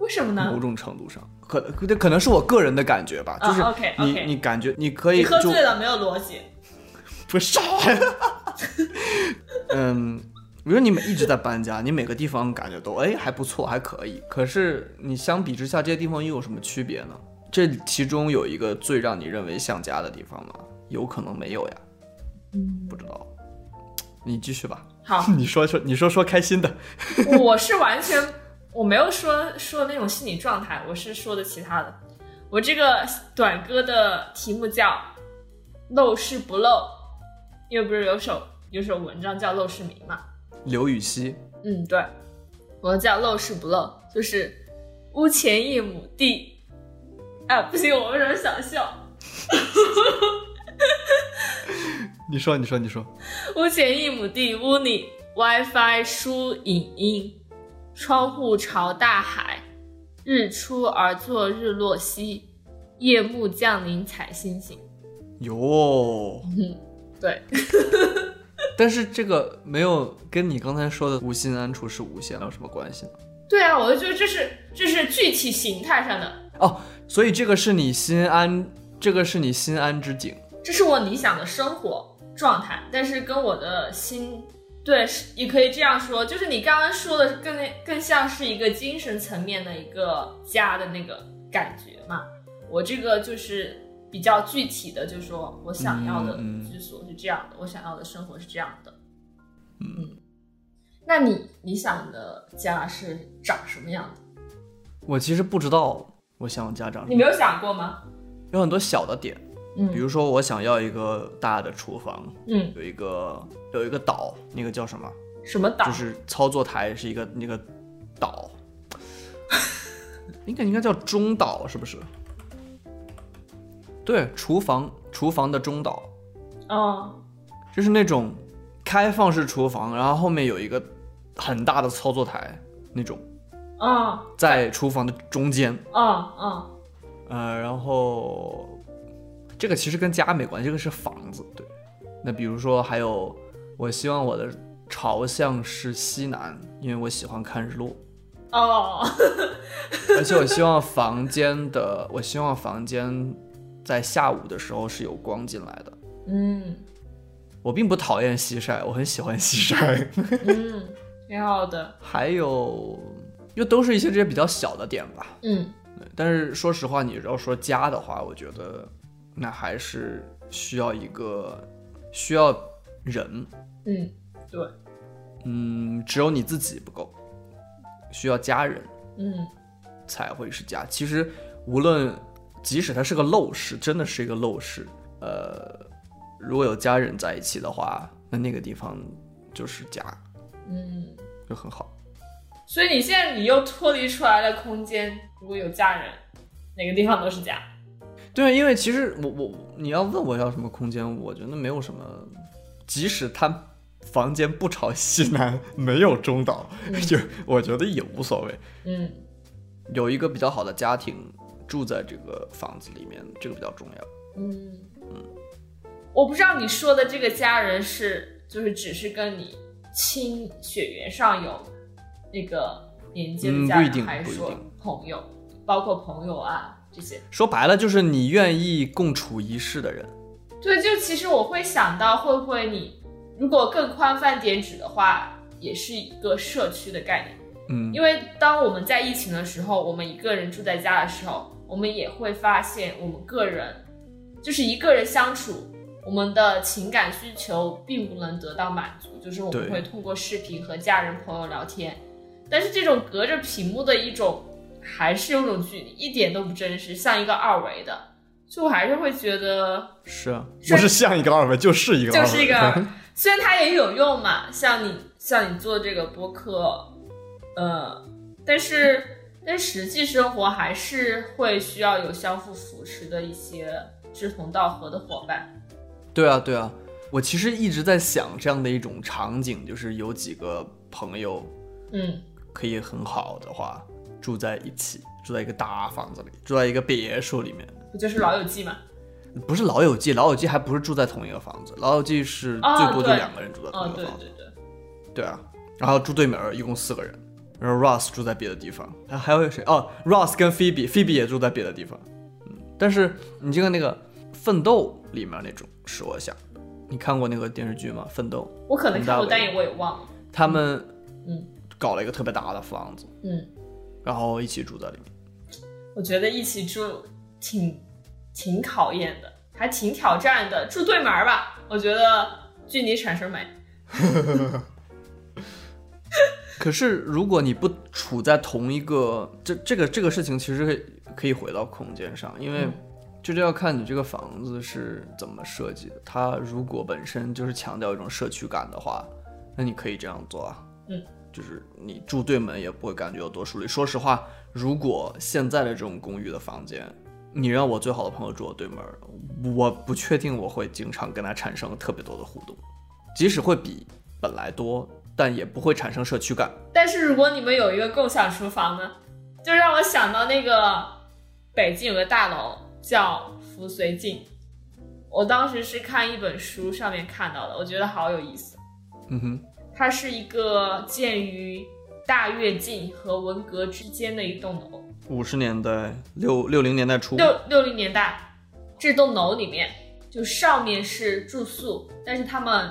Speaker 2: 为什么
Speaker 1: 某
Speaker 2: 呢？
Speaker 1: 种程度上，可可这可能是我个人的感觉吧，
Speaker 2: 啊
Speaker 1: 就是
Speaker 2: OK，OK
Speaker 1: 你你感觉你可以
Speaker 2: 你喝
Speaker 1: 就
Speaker 2: 醉了没有逻辑？
Speaker 1: 不是， 嗯，比如你们一直在搬家，你每个地方感觉都哎还不错，还可以，可是你相比之下，这些地方又有什么区别呢？这其中有一个最让你认为像家的地方吗？有可能没有呀，
Speaker 2: 嗯，
Speaker 1: 不知道。你继续吧，
Speaker 2: 好，
Speaker 1: 你说说，你说说开心的。
Speaker 2: 我是完全我没有说说那种心理状态，我是说的其他的。我这个短歌的题目叫《陋室不陋》，因为不是有首有首文章叫《陋室铭》嘛。
Speaker 1: 刘禹锡，
Speaker 2: 嗯，对，我叫陋室不陋，就是屋前一亩地。哎，不行，我为什么想笑？
Speaker 3: 你说，你说，你说，
Speaker 2: 屋前一亩地，屋里 WiFi 书影音，窗户朝大海，日出而作日落西，夜幕降临采星星。
Speaker 1: 哟，
Speaker 2: 对，
Speaker 1: 但是这个没有跟你刚才说的无心安处是无限有什么关系呢？
Speaker 2: 对啊，我就觉得这是这是具体形态上的，
Speaker 1: 哦，所以这个是你心安，这个是你心安之景。
Speaker 2: 这是我理想的生活状态，但是跟我的心。对，是也可以这样说，就是你刚刚说的更更像是一个精神层面的一个家的那个感觉嘛。我这个就是比较具体的，就是说我想要的
Speaker 1: 嗯嗯
Speaker 2: 居所是这样的，我想要的生活是这样的。嗯，那你理想的家是长什么样的？
Speaker 1: 我其实不知道我想要家长什
Speaker 2: 你
Speaker 1: 么
Speaker 2: 没
Speaker 1: 样，
Speaker 2: 有想过吗？
Speaker 1: 有很多小的点，比
Speaker 2: 嗯
Speaker 1: 如说我想要一个大的厨房，
Speaker 2: 嗯，
Speaker 1: 有一个有一个岛，那个叫什么？
Speaker 2: 什么岛？
Speaker 1: 就是操作台是一个那个岛， 应该应该叫中岛是不是？对，厨房厨房的中岛
Speaker 2: 哦，
Speaker 1: 就是那种开放式厨房，然后后面有一个很大的操作台那种，
Speaker 2: 哦，
Speaker 1: 在厨房的中间。
Speaker 2: 哦，哦，
Speaker 1: 呃，然后这个其实跟家没关系，这个是房子。对，那比如说还有，我希望我的朝向是西南，因为我喜欢看日落，
Speaker 2: 哦，
Speaker 1: 而且我希望房间的，我希望房间在下午的时候是有光进来的。
Speaker 2: 嗯。
Speaker 1: 我并不讨厌西晒，我很喜欢西晒。
Speaker 2: 嗯，挺好的。
Speaker 1: 还有，因为都是一些这些比较小的点吧。
Speaker 2: 嗯，
Speaker 1: 但是说实话，你要说家的话，我觉得那还是需要一个需要人，
Speaker 2: 嗯，
Speaker 1: 嗯，只有你自己不够，需要家人
Speaker 2: 嗯，
Speaker 1: 才会是家。其实无论即使它是个陋室，真的是一个陋室，呃，如果有家人在一起的话，那那个地方就是家，
Speaker 2: 嗯。
Speaker 1: 就很好。
Speaker 2: 所以你现在你又脱离出来了空间，如果有家人，哪个地方都是家。
Speaker 1: 对，因为其实我我你要问我要什么空间，我觉得没有什么，即使它房间不朝西南，
Speaker 3: 没有中岛，
Speaker 2: 嗯
Speaker 3: 就我觉得也无所谓。
Speaker 2: 嗯
Speaker 1: 有一个比较好的家庭住在这个房子里面，这个比较重要。
Speaker 2: 嗯我不知道你说的这个家人是就是只是跟你亲血缘上有那个连接的
Speaker 1: 嗯
Speaker 2: 家
Speaker 1: 不一
Speaker 2: 人，
Speaker 1: 定
Speaker 2: 还是
Speaker 1: 不一
Speaker 2: 说
Speaker 1: 定
Speaker 2: 朋友，包括朋友啊这些。
Speaker 1: 说白了就是你愿意共处一室的人，
Speaker 2: 对，就其实我会想到，会不会你如果更宽泛点指的话，也是一个社区的概念。
Speaker 1: 嗯
Speaker 2: 因为当我们在疫情的时候，我们一个人住在家的时候，我们也会发现，我们个人就是一个人相处，我们的情感需求并不能得到满足，就是我们
Speaker 1: 对
Speaker 2: 会通过视频和家人朋友聊天，但是这种隔着屏幕的一种，还是有种距离，一点都不真实，像一个二维的，就我还是会觉得。
Speaker 1: 是啊，
Speaker 2: 是
Speaker 3: 不是像一个二维，就是一个二
Speaker 2: 就
Speaker 3: 维，
Speaker 2: 是一个二维 虽然它也有用嘛，像你像你做这个播客，呃，但是但实际生活还是会需要有相互扶持的一些志同道合的伙伴。
Speaker 1: 对啊，对啊。我其实一直在想这样的一种场景，就是有几个朋友
Speaker 2: 嗯
Speaker 1: 可以很好的话住在一起，住在一个大房子里，住在一个别墅里面。
Speaker 2: 不就是老友记嘛？
Speaker 1: 不是《老友记》，《老友记》还不是住在同一个房子，《老友记》是
Speaker 2: 哦
Speaker 1: 最多就
Speaker 2: 对
Speaker 1: 两个人住在同
Speaker 2: 哦，
Speaker 1: 一
Speaker 2: 对
Speaker 1: 个房子，
Speaker 2: 对对，
Speaker 1: 对啊，然后住对门儿，一共四个人，然后 Ross 住在别的地方，还还有谁？哦，Ross 跟 Phoebe，Phoebe 也住在别的地方，嗯，但是你就跟那个《奋斗》里面那种是我想，你看过那个电视剧吗？《奋斗
Speaker 2: 我可能看过，
Speaker 1: 很大
Speaker 2: 但
Speaker 1: 围
Speaker 2: 也我也忘了。》
Speaker 1: 他们
Speaker 2: 嗯
Speaker 1: 搞了一个特别大的房子，
Speaker 2: 嗯，
Speaker 1: 然后一起住在里面，
Speaker 2: 我觉得一起住挺挺考验的，还挺挑战的。住对门儿吧，我觉得距离产生美。
Speaker 1: 可是如果你不处在同一个这这个这个事情，其实可以可以回到空间上，因为
Speaker 2: 嗯
Speaker 1: 就是要看你这个房子是怎么设计的。它如果本身就是强调一种社区感的话，那你可以这样做啊。
Speaker 2: 嗯，
Speaker 1: 就是你住对门也不会感觉有多疏离。说实话，如果现在的这种公寓的房间，你让我最好的朋友住我对门儿，我不确定我会经常跟他产生特别多的互动，即使会比本来多，但也不会产生社区感。
Speaker 2: 但是如果你们有一个共享厨房呢，就让我想到那个北京有个大楼叫扶绥镜，我当时是看一本书上面看到的，我觉得好有意思。
Speaker 1: 嗯哼，
Speaker 2: 它是一个建于大跃进和文革之间的一栋楼，
Speaker 1: 五十年代六六零年代初，
Speaker 2: 六六零年代，这栋楼里面就上面是住宿，但是他们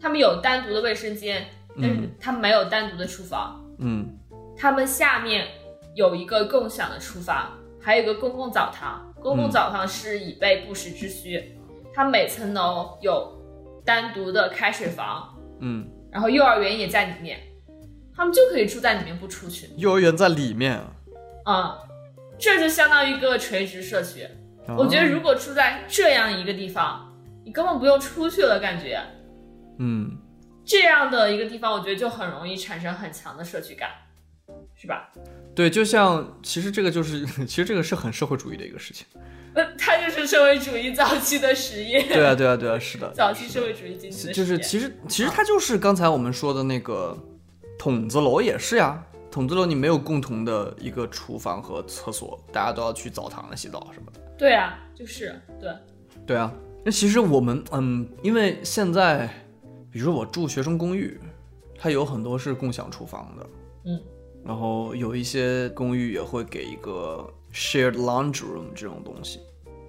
Speaker 2: 他们有单独的卫生间，但是
Speaker 1: 嗯
Speaker 2: 他们没有单独的厨房。
Speaker 1: 嗯
Speaker 2: 他们下面有一个共享的厨房，还有一个公共澡堂。公共澡堂是以备不时之需，它每层楼有单独的开水房，
Speaker 1: 嗯，
Speaker 2: 然后幼儿园也在里面，他们就可以住在里面不出去。
Speaker 1: 幼儿园在里面啊。
Speaker 2: 嗯，这就相当于一个垂直社区。
Speaker 1: 哦
Speaker 2: 我觉得
Speaker 1: 啊
Speaker 2: 如果住在这样一个地方，你根本不用出去了，感觉
Speaker 1: 嗯，
Speaker 2: 这样的一个地方，我觉得就很容易产生很强的社区感，是吧？
Speaker 1: 对，就像其实这个就是， 其实这个是很社会主义的一个事 情。
Speaker 2: 那呃它就是社会主义早期的实验。
Speaker 1: 对啊，对啊，对啊，是的，
Speaker 2: 早期社会主义经济
Speaker 1: 是
Speaker 2: 的
Speaker 1: 就是
Speaker 2: 实践
Speaker 1: 其实其实它就是刚才我们说的那个筒子楼也是呀。筒子楼你没有共同的一个厨房和厕所，大家都要去澡堂洗澡什么的。
Speaker 2: 对啊，就是对，
Speaker 1: 对啊，那其实我们嗯，因为现在比如说我住学生公寓，它有很多是共享厨房的，
Speaker 2: 嗯，
Speaker 1: 然后有一些公寓也会给一个 shared lounge room 这种东西，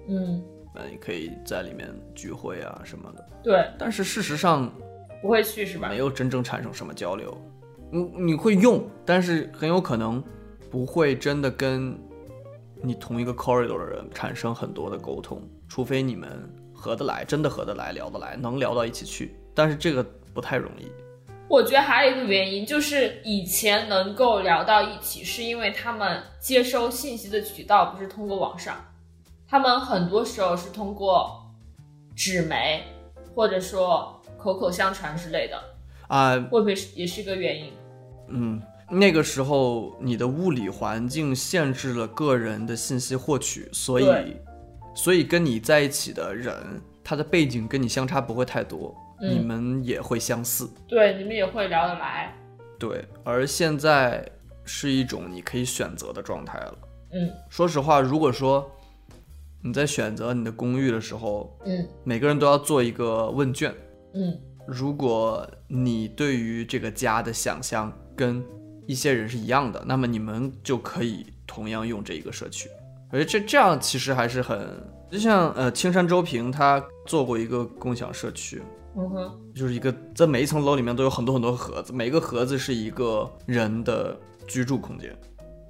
Speaker 2: 嗯，
Speaker 1: 那你可以在里面聚会啊什么的。
Speaker 2: 对，
Speaker 1: 但是事实上
Speaker 2: 不会去是吧
Speaker 1: 没？有真正产生什么交流，你你会用，但是很有可能不会真的跟你同一个 corridor 的人产生很多的沟通，除非你们合得来，真的合得来，聊得来，能聊到一起去。但是这个不太容易。
Speaker 2: 我觉得还有一个原因就是以前能够聊到一起，是因为他们接收信息的渠道不是通过网上，他们很多时候是通过纸媒或者说口口相传之类的，
Speaker 1: 啊、
Speaker 2: 会不会是也是个原因？
Speaker 1: 嗯，那个时候你的物理环境限制了个人的信息获取，所以
Speaker 2: 对，
Speaker 1: 所以跟你在一起的人，他的背景跟你相差不会太多，
Speaker 2: 嗯
Speaker 1: 你们也会相似。
Speaker 2: 对，你们也会聊得来，
Speaker 1: 对，而现在是一种你可以选择的状态了。
Speaker 2: 嗯
Speaker 1: 说实话，如果说你在选择你的公寓的时候，
Speaker 2: 嗯
Speaker 1: 每个人都要做一个问卷。
Speaker 2: 嗯，
Speaker 1: 如果你对于这个家的想象跟一些人是一样的，那么你们就可以同样用这一个社区。而这这样其实还是很，就像呃青山周平他做过一个共享社区，
Speaker 2: 嗯哼，
Speaker 1: 就是一个在每一层楼里面都有很多很多盒子，每个盒子是一个人的居住空间，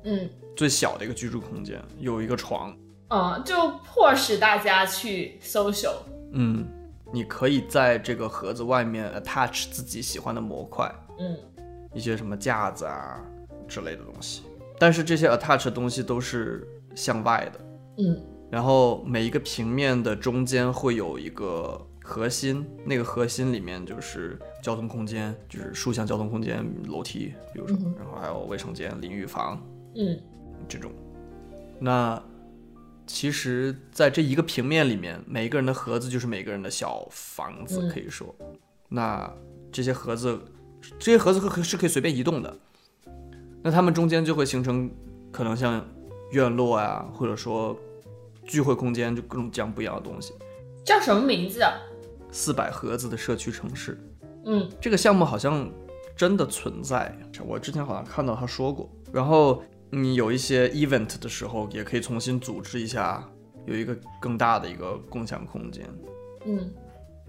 Speaker 2: 嗯。
Speaker 1: 最小的一个居住空间，有一个床，
Speaker 2: 嗯，就迫使大家去 social。
Speaker 1: 嗯，你可以在这个盒子外面 attach 自己喜欢的模块，
Speaker 2: 嗯，
Speaker 1: 一些什么架子啊之类的东西，但是这些 attach 的东西都是向外的，
Speaker 2: 嗯
Speaker 1: 然后每一个平面的中间会有一个核心，那个核心里面就是交通空间，就是竖向交通空间、楼梯，比如说
Speaker 2: 嗯哼，
Speaker 1: 然后还有卫生间、淋浴房
Speaker 2: 嗯
Speaker 1: 这种。那其实，在这一个平面里面，每一个人的盒子就是每个人的小房子，
Speaker 2: 嗯
Speaker 1: 可以说，那这些盒子，这些盒子可是可以随便移动的。那它们中间就会形成可能像院落啊，或者说聚会空间，就各种这样不一样的东西。
Speaker 2: 叫什么名字啊？
Speaker 1: 四百盒子的社区城市，
Speaker 2: 嗯
Speaker 1: 这个项目好像真的存在，我之前好像看到他说过。然后你有一些 event 的时候，也可以重新组织一下，有一个更大的一个共享空间。
Speaker 2: 嗯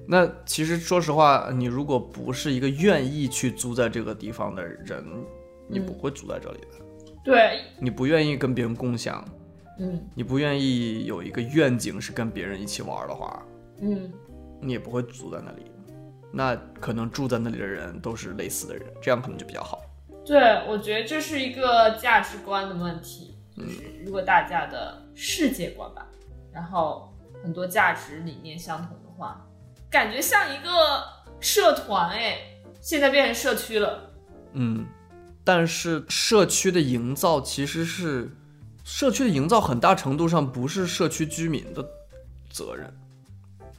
Speaker 1: 那其实说实话，你如果不是一个愿意去租在这个地方的人，你不会租在这里的。
Speaker 2: 对，
Speaker 1: 你不愿意跟别人共享，
Speaker 2: 嗯
Speaker 1: 你不愿意有一个愿景是跟别人一起玩的话，
Speaker 2: 嗯
Speaker 1: 你也不会租在那里。那可能住在那里的人都是类似的人，这样可能就比较好。
Speaker 2: 对，我觉得这是一个价值观的问题，就是如果大家的世界观吧，然后很多价值理念相同的话，感觉像一个社团哎，现在变成社区了。
Speaker 1: 嗯，但是社区的营造其实是，社区的营造很大程度上不是社区居民的责任。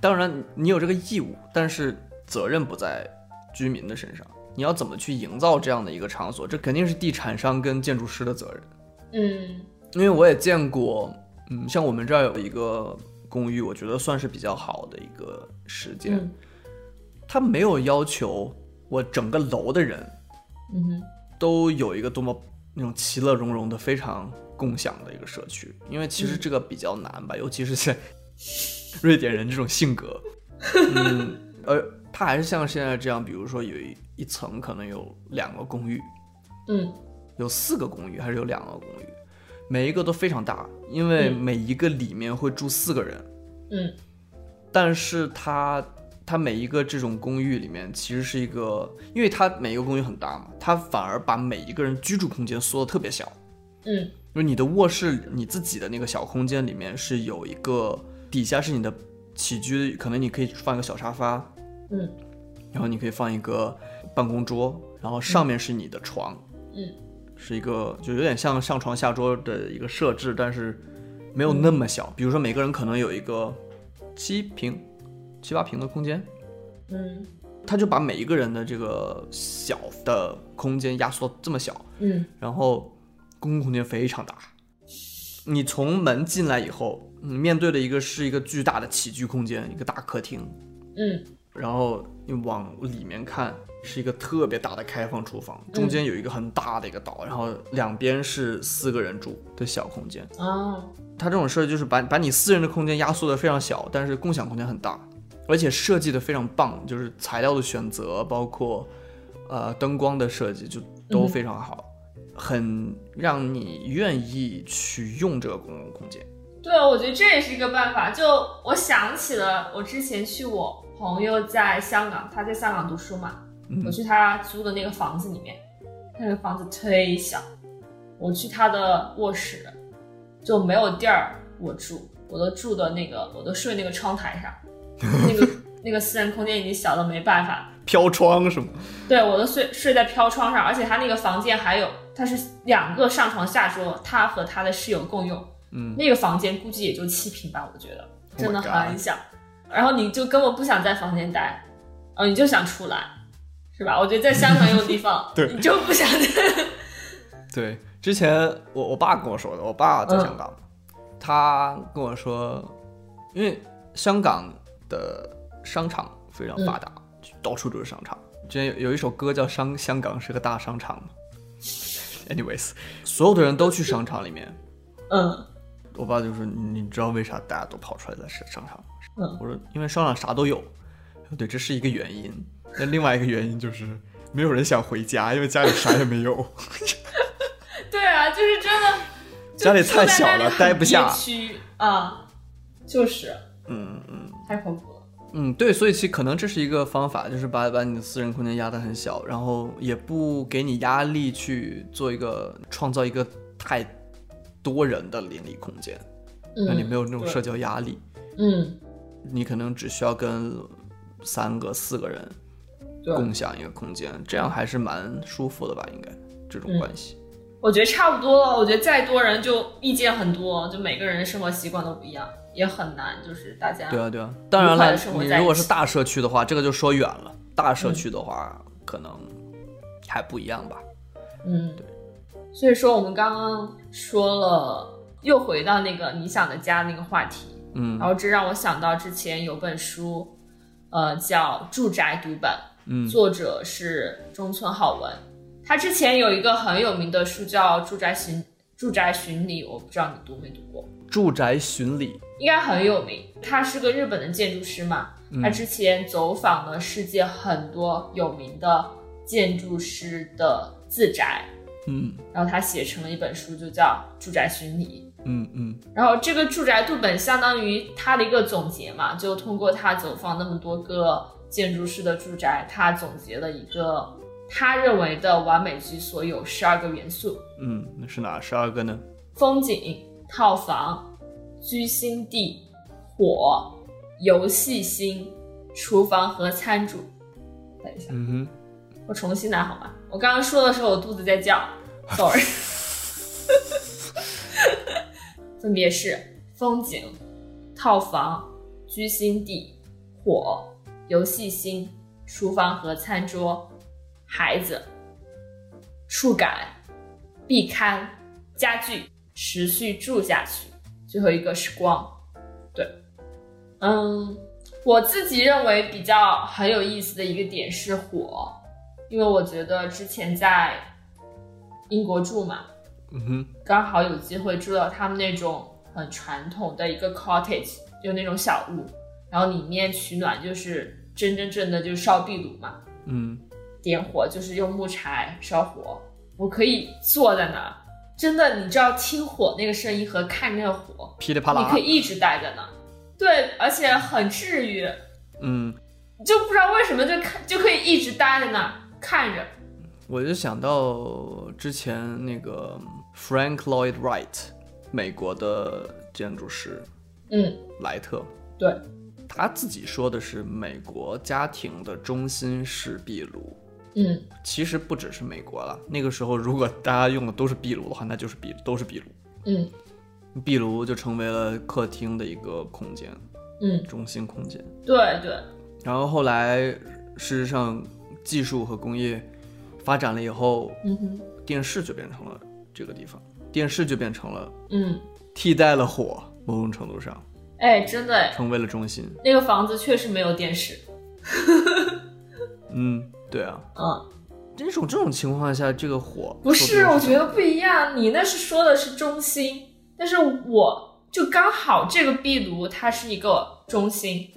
Speaker 1: 当然，你有这个义务，但是责任不在居民的身上。你要怎么去营造这样的一个场所？这肯定是地产商跟建筑师的责任。
Speaker 2: 嗯
Speaker 1: 因为我也见过，嗯，像我们这儿有一个公寓，我觉得算是比较好的一个实践，
Speaker 2: 嗯
Speaker 1: 它没有要求我整个楼的人
Speaker 2: 嗯哼
Speaker 1: 都有一个多么那种其乐融融的、非常共享的一个社区，因为其实这个比较难吧， 尤其是像瑞典人这种性格，嗯， 而它还是像现在这样，比如说有一一层可能有两个公寓，
Speaker 2: 嗯
Speaker 1: 有四个公寓还是有两个公寓，每一个都非常大，因为
Speaker 2: 嗯
Speaker 1: 每一个里面会住四个人，
Speaker 2: 嗯
Speaker 1: 但是它它每一个这种公寓里面其实是一个，因为它每一个公寓很大嘛，它反而把每一个人居住空间缩的特别小，
Speaker 2: 嗯
Speaker 1: 就是你的卧室你自己的那个小空间里面是有一个底下是你的起居，可能你可以放一个小沙发，
Speaker 2: 嗯
Speaker 1: 然后你可以放一个办公桌，然后上面是你的床，
Speaker 2: 嗯，
Speaker 1: 是一个就有点像上床下桌的一个设置，但是没有那么小。比如说每个人可能有一个七平、七八平的空间，
Speaker 2: 嗯
Speaker 1: 他就把每一个人的这个小的空间压缩这么小，
Speaker 2: 嗯
Speaker 1: 然后公共空间非常大。你从门进来以后，你面对的一个是一个巨大的起居空间，一个大客厅，
Speaker 2: 嗯
Speaker 1: 然后你往里面看，是一个特别大的开放厨房，中间有一个很大的一个岛，然后两边是四个人住的小空间。
Speaker 2: 啊
Speaker 1: 它这种设计就是把把你私人的空间压缩的非常小，但是共享空间很大，而且设计的非常棒，就是材料的选择，包括呃灯光的设计，就都非常好，很让你愿意去用这个公共空间。
Speaker 2: 对，我觉得这也是一个办法。就我想起了我之前去我朋友在香港，他在香港读书嘛，
Speaker 1: 嗯
Speaker 2: 我去他租的那个房子里面，那个房子忒小，我去他的卧室就没有地儿我住，我都住的那个我都睡那个窗台上， 那个那个私人空间已经小到没办法，
Speaker 3: 飘窗是吗？，
Speaker 2: 对，我都睡睡在飘窗上，而且他那个房间还有，他是两个上床下桌，他和他的室友共用。
Speaker 1: 嗯，，Oh
Speaker 2: 那个房间估计也就七平吧，我觉得
Speaker 1: my
Speaker 2: 真的
Speaker 1: God
Speaker 2: 很小。然后你就根本不想在房间待，哦，你就想出来，是吧？我觉得在香港有地 方
Speaker 3: 对
Speaker 2: 你就不想在。
Speaker 1: 对，之前我我爸跟我说的，我爸在香港，他跟我说，因为香港的商场非常发
Speaker 2: 嗯
Speaker 1: 达，到处都是商场。之前有有一首歌叫《商香港是个大商场》嘛，anyways，所有的人都去商场里面。
Speaker 2: 嗯
Speaker 1: 我爸就说：“你你知道为啥大家都跑出来在商商场吗？”
Speaker 2: 嗯
Speaker 1: 我说：“因为商场啥都有。”对，这是一个原因。
Speaker 3: 那另外一个原因就是没有人想回家，因为家里啥也没有。
Speaker 2: 对啊，就是真的， 就
Speaker 1: 家里
Speaker 2: 住在
Speaker 1: 太小
Speaker 2: 那里
Speaker 1: 了
Speaker 2: 很
Speaker 1: 待不下
Speaker 2: 憋屈啊、就是
Speaker 1: 嗯嗯。
Speaker 2: 太恐怖了。
Speaker 1: 嗯，对，所以其实可能这是一个方法，就是把把你的私人空间压得很小，然后也不给你压力去做一个创造一个太多人的邻里空间，让你
Speaker 2: 嗯
Speaker 1: 没有那种
Speaker 2: 对
Speaker 1: 社交压力。
Speaker 2: 嗯，
Speaker 1: 你可能只需要跟三个、四个人
Speaker 2: 对，
Speaker 1: 共享一个空间，这样还是蛮舒服的吧？应该这种
Speaker 2: 嗯
Speaker 1: 关系。
Speaker 2: 我觉得差不多了。我觉得再多人就意见很多，就每个人生活习惯都不一样，也很难，就是大家
Speaker 1: 对啊，对啊。当然了
Speaker 2: 地生，活
Speaker 1: 你
Speaker 2: 在
Speaker 1: 如
Speaker 2: 一
Speaker 1: 果是
Speaker 2: 起
Speaker 1: 大社区的话，这个就说远了。大社区的话，可能还不一样吧。
Speaker 2: 嗯，所以说我们刚刚说了，又回到那个你想的家那个话题，
Speaker 1: 嗯
Speaker 2: 然后这让我想到之前有本书，呃，叫《住宅读本》，
Speaker 1: 嗯
Speaker 2: 作者是中村浩文，他之前有一个很有名的书叫《住宅巡住宅巡礼》，我不知道你读没读过。
Speaker 1: 住宅巡礼，
Speaker 2: 应该很有名。他是个日本的建筑师嘛，他之前走访了世界很多有名的建筑师的自宅，
Speaker 1: 嗯
Speaker 2: 然后他写成了一本书，就叫《住宅巡礼》。
Speaker 1: 嗯嗯。
Speaker 2: 然后这个住宅读本相当于他的一个总结嘛，就通过他走访那么多个建筑师的住宅，他总结了一个他认为的完美居所有十二个元素。
Speaker 1: 嗯，那是哪十二个呢？
Speaker 2: 风景、套房、居心地、火、游戏心、厨房和餐主。等一下，
Speaker 1: 嗯
Speaker 2: 我重新来好吗？我刚刚说的时候，我肚子在叫，sorry。分别是风景、套房、居心地、火、游戏心、厨房和餐桌、孩子、触感、壁龛、家具、持续住下去。最后一个是光，对，嗯，我自己认为比较很有意思的一个点是火，因为我觉得之前在英国住嘛，
Speaker 1: 嗯哼，
Speaker 2: 刚好有机会住到他们那种很传统的一个 cottage，就那种小屋，然后里面取暖就是真真正的就是烧壁炉嘛，
Speaker 1: 嗯，
Speaker 2: 点火就是用木柴烧火，我可以坐在那儿，真的，你知道听火那个声音和看那个火，
Speaker 1: 噼里啪
Speaker 2: 你
Speaker 1: 啦
Speaker 2: 可以，一直待在那儿，对，而且很治愈，
Speaker 1: 嗯，
Speaker 2: 你就不知道为什么就看就可以一直待在那儿看着，
Speaker 1: 我就想到之前那个 Frank Lloyd Wright，美国的建筑师
Speaker 2: 嗯，
Speaker 1: 莱特，
Speaker 2: 对，
Speaker 1: 他自己说的是美国家庭的中心是壁炉。
Speaker 2: 嗯，
Speaker 1: 其实不只是美国了，那个时候如果大家用的都是壁炉的话，那就是壁都是壁炉，
Speaker 2: 嗯，
Speaker 1: 壁炉就成为了客厅的一个空间，
Speaker 2: 嗯，
Speaker 1: 中心空间。
Speaker 2: 对对，
Speaker 1: 然后后来，事实上技术和工业发展了以后，
Speaker 2: 嗯哼，
Speaker 1: 电视就变成了这个地方，电视就变成了
Speaker 2: 嗯，
Speaker 1: 替代了火，某种程度上
Speaker 2: 哎，真的哎。
Speaker 1: 成为了中心。
Speaker 2: 那个房子确实没有电视。
Speaker 1: 嗯，对啊，
Speaker 2: 嗯，
Speaker 1: 这种这种情况下，这个火
Speaker 2: 不是，我觉
Speaker 1: 得
Speaker 2: 得不一样。你那是说的是中心，但是我就刚好这个壁炉它是一个中心，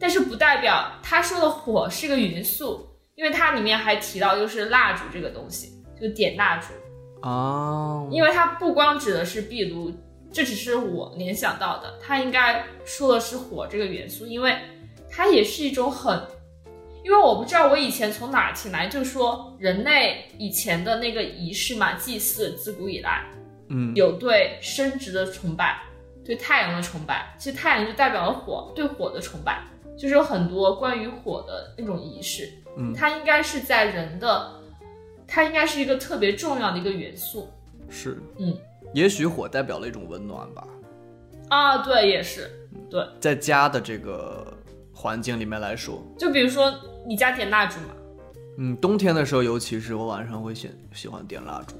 Speaker 2: 但是不代表他说的火是个匀速，因为它里面还提到就是蜡烛这个东西，就点蜡烛，
Speaker 1: 啊，
Speaker 2: 因为它不光指的是壁炉，这只是我联想到的，它应该说的是火这个元素，因为它也是一种很，因为我不知道我以前从哪儿听来，就说人类以前的那个仪式嘛，祭祀自古以来
Speaker 1: 嗯
Speaker 2: 有对生殖的崇拜，对太阳的崇拜，其实太阳就代表了火，对火的崇拜，就是有很多关于火的那种仪式，
Speaker 1: 嗯
Speaker 2: 它应该是在人的，它应该是一个特别重要的一个元素。
Speaker 1: 是
Speaker 2: 嗯，
Speaker 1: 也许火代表了一种温暖吧，
Speaker 2: 啊，对，也是。
Speaker 1: 在家的这个环境里面来说，
Speaker 2: 就比如说你家点蜡烛嘛，
Speaker 1: 嗯，冬天的时候，尤其是我晚上会喜喜欢点蜡烛，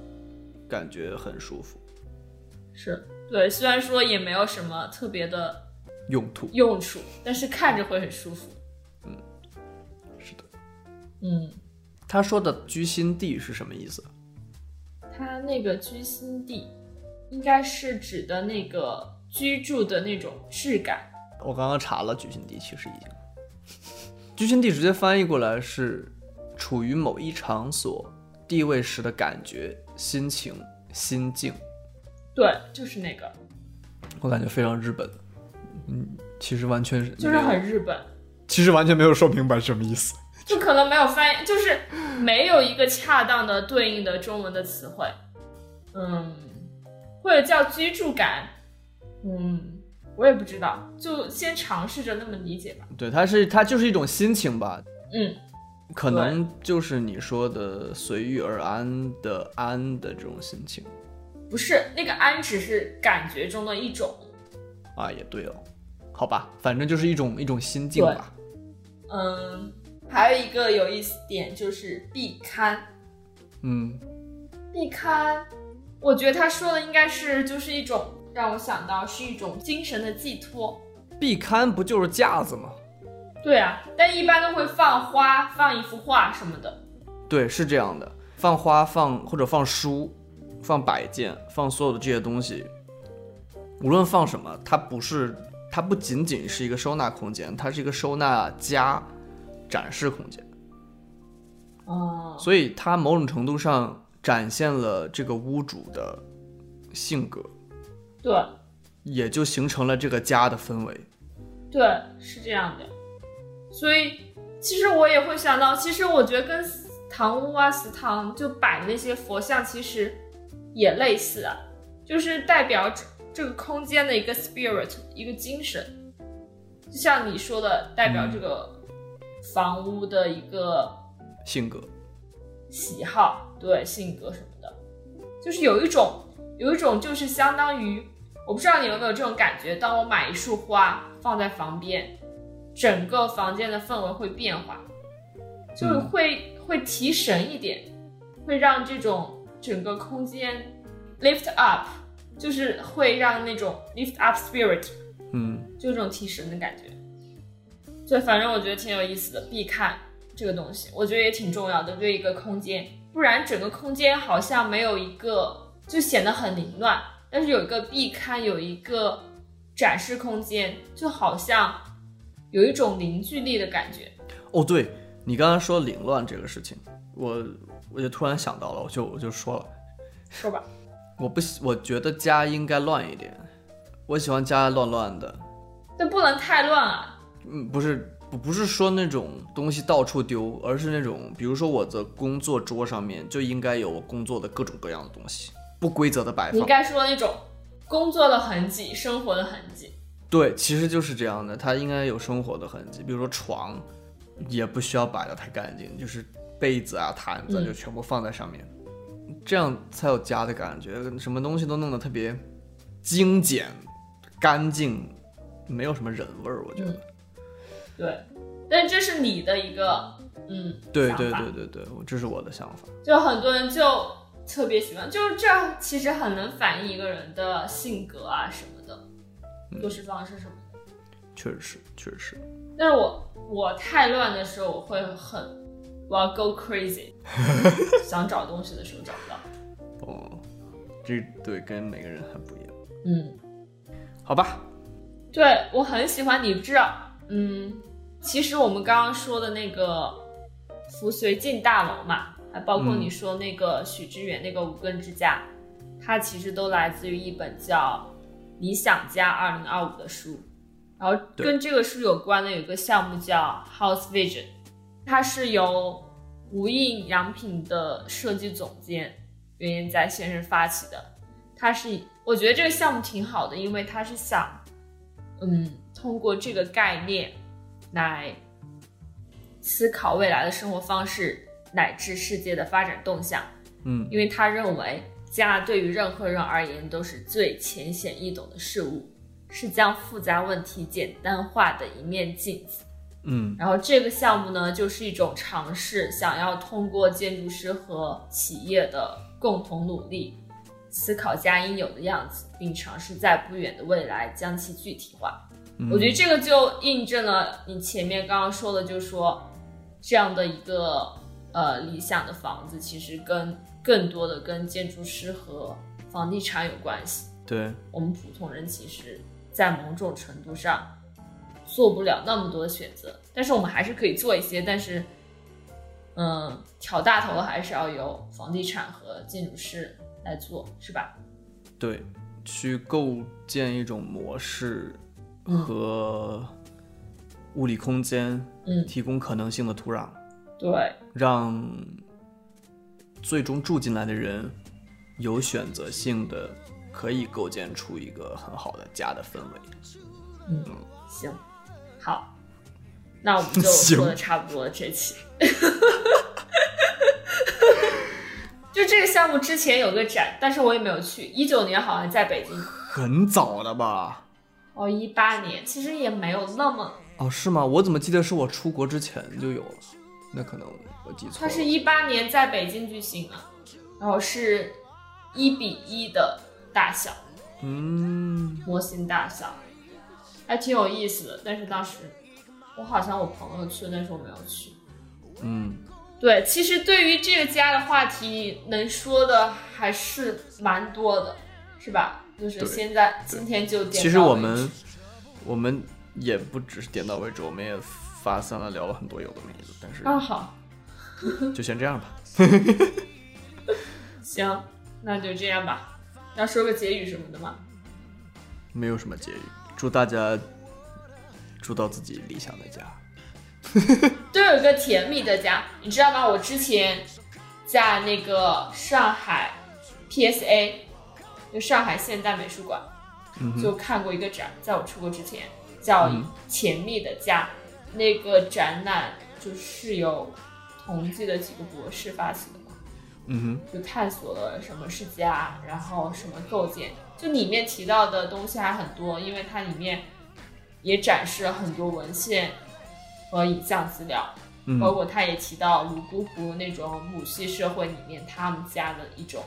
Speaker 1: 感觉很舒服。
Speaker 2: 是对，虽然说也没有什么特别的
Speaker 1: 用途
Speaker 2: 用处，但是看着会很舒服。
Speaker 1: 是的，
Speaker 2: 嗯，
Speaker 1: 他说的居心地是什么意思？
Speaker 2: 它那个居心地应该是指的那个居住的那种质感。
Speaker 1: 我刚刚查了居心地，其实已经，居心地直接翻译过来是处于某一场所地位时的感觉、心情、心境。
Speaker 2: 对，就是那个，
Speaker 1: 我感觉非常日本，嗯，其实完全是
Speaker 2: 就是很日本，
Speaker 3: 其实完全没有说明白什么意思。
Speaker 2: 就可能没有翻译，就是没有一个恰当的对应的中文的词汇。嗯，或者叫居住感。嗯，我也不知道，就先尝试着那么理解吧。
Speaker 1: 对，它是它就是一种心情吧，
Speaker 2: 嗯，
Speaker 1: 可能就是你说的随遇而安的安的这种心情
Speaker 2: 不是那个安，只是感觉中的一种。
Speaker 1: 啊，也对哦，好吧，反正就是一种一种心境吧。
Speaker 2: 嗯，还有一个有意思点就是壁龛，
Speaker 1: 嗯，
Speaker 2: 壁龛，我觉得他说的应该是就是一种让我想到是一种精神的寄托。
Speaker 1: 壁龛不就是架子吗？
Speaker 2: 对啊，但一般都会放花，放一幅画什么的。
Speaker 1: 对，是这样的，放花放或者放书，放摆件，放所有的这些东西，无论放什么，它不是它不仅仅是一个收纳空间，它是一个收纳加展示空间。
Speaker 2: 哦，
Speaker 1: 所以它某种程度上展现了这个屋主的性格，
Speaker 2: 对
Speaker 1: 也就形成了这个家的氛围。
Speaker 2: 对，是这样的。所以其实我也会想到，其实我觉得跟堂屋啊、祠堂就摆的那些佛像，其实也类似啊，就是代表这这个空间的一个 spirit，一个精神。就像你说的，代表这个房屋的一个
Speaker 1: 性格
Speaker 2: 喜好、对性格什么的，就是有一种有一种就是相当于，我不知道你有没有这种感觉，当我买一束花放在房边，整个房间的氛围会变化，就是会、会提神一点，会让这种整个空间 lift up，就是会让那种 lift up spirit
Speaker 1: 嗯，
Speaker 2: 就这种提神的感觉。所以反正我觉得挺有意思的，必看这个东西，我觉得也挺重要的，对一个空间，不然整个空间好像没有一个，就显得很凌乱。但是有一个必看，有一个展示空间，就好像有一种凝聚力的感觉。
Speaker 1: 哦，对你刚刚说凌乱这个事情，我我就突然想到了，我就我就说了，
Speaker 2: 说吧，
Speaker 1: 我不喜，我觉得家应该乱一点，我喜欢家乱乱的，
Speaker 2: 但不能太乱啊。
Speaker 1: 嗯，不是不不是说那种东西到处丢，而是那种，比如说我的工作桌上面就应该有我工作的各种各样的东西，不规则的摆
Speaker 2: 你应
Speaker 1: 放。
Speaker 2: 该说那种工作的痕迹、生活的痕迹。
Speaker 1: 对，其实就是这样的，它应该有生活的痕迹，比如说床，也不需要摆的太干净，就是被子啊、毯子啊
Speaker 2: 嗯
Speaker 1: 就全部放在上面，这样才有家的感觉。什么东西都弄得特别精简、干净，没有什么人味儿，我觉得。
Speaker 2: 嗯对，但这是你的一个嗯，
Speaker 1: 对
Speaker 2: 想
Speaker 1: 对
Speaker 2: 法
Speaker 1: 对对对，我这是我的想法。
Speaker 2: 就很多人就特别喜欢，就是这样其实很能反映一个人的性格啊什么的，做事方式什么的。
Speaker 1: 确实是，确实是。
Speaker 2: 但是我我太乱的时候，我会很我要 go crazy，想找东西的时候找不到。
Speaker 1: 哦，这对跟每个人还不一样。
Speaker 2: 嗯，
Speaker 1: 好吧，
Speaker 2: 对我很喜欢你知道，嗯，其实我们刚刚说的那个扶绥进大楼嘛，还包括
Speaker 1: 嗯
Speaker 2: 你说那个许知远那个无根之家，它其实都来自于一本叫《理想家2025》的书。然后
Speaker 1: 对
Speaker 2: 跟这个书有关的有一个项目叫 House Vision，它是由无印良品的设计总监袁研哉先生发起的。他是我觉得这个项目挺好的，因为他是想，嗯，通过这个概念来思考未来的生活方式乃至世界的发展动向。
Speaker 1: 嗯
Speaker 2: 因为他认为家对于任何人而言都是最浅显易懂的事物，是将复杂问题简单化的一面镜子。
Speaker 1: 嗯
Speaker 2: 然后这个项目呢，就是一种尝试，想要通过建筑师和企业的共同努力，思考家应有的样子，并尝试在不远的未来将其具体化。
Speaker 1: 嗯，
Speaker 2: 我觉得这个就印证了你前面刚刚说的，就是说这样的一个呃理想的房子，其实跟更多的跟建筑师和房地产有关系。
Speaker 1: 对，
Speaker 2: 我们普通人其实，在某种程度上做不了那么多的选择，但是我们还是可以做一些。但是，嗯，挑大头的还是要由房地产和建筑师来做，是吧？
Speaker 1: 对，去构建一种模式
Speaker 2: 嗯
Speaker 1: 和物理空间，
Speaker 2: 嗯
Speaker 1: 提供可能性的土壤，
Speaker 2: 对，
Speaker 1: 让最终住进来的人有选择性的，可以构建出一个很好的家的氛围。
Speaker 2: 行，好，那我们就说的差不多了。这期， 就这个项目之前有个展，但是我也没有去。一九年好像在北京，
Speaker 1: 很早的吧？
Speaker 2: 哦，一八年其实也没有那么，
Speaker 1: 哦，是吗？我怎么记得是我出国之前就有了？那可能我记错
Speaker 2: 它
Speaker 1: 了。
Speaker 2: 是一八年在北京举行啊，然后是一比一的大小
Speaker 1: 嗯，
Speaker 2: 模型大小，还挺有意思的。但是当时我好像我朋友去，但是我没有去。
Speaker 1: 嗯，
Speaker 2: 对，其实对于这个家的话题，能说的还是蛮多的，是吧？就是
Speaker 1: 对
Speaker 2: 现在今天就点到为止。
Speaker 1: 其实我们我们也不只是点到为止，我们也发散了聊了很多有的没的，但
Speaker 2: 啊
Speaker 1: 是
Speaker 2: 好，
Speaker 1: 就先这样吧。
Speaker 2: 行，那就这样吧。要说个结语什么的吗？
Speaker 1: 没有什么结语，祝大家住到自己理想的家。
Speaker 2: 都有一个甜蜜的家，你知道吗？我之前在那个上海 PSA，就上海现代美术馆，
Speaker 1: 嗯哼
Speaker 2: 就看过一个展，在我出国之前叫
Speaker 1: 嗯
Speaker 2: 《甜蜜的家》，那个展览就是由同济的几个博士发起的吧，
Speaker 1: 嗯
Speaker 2: 就探索了什么是家，然后什么构建，就里面提到的东西还啊很多，因为它里面也展示了很多文献和影像资料，
Speaker 1: 哼，嗯
Speaker 2: 包括它也提到泸沽湖那种母系社会里面他们家的一种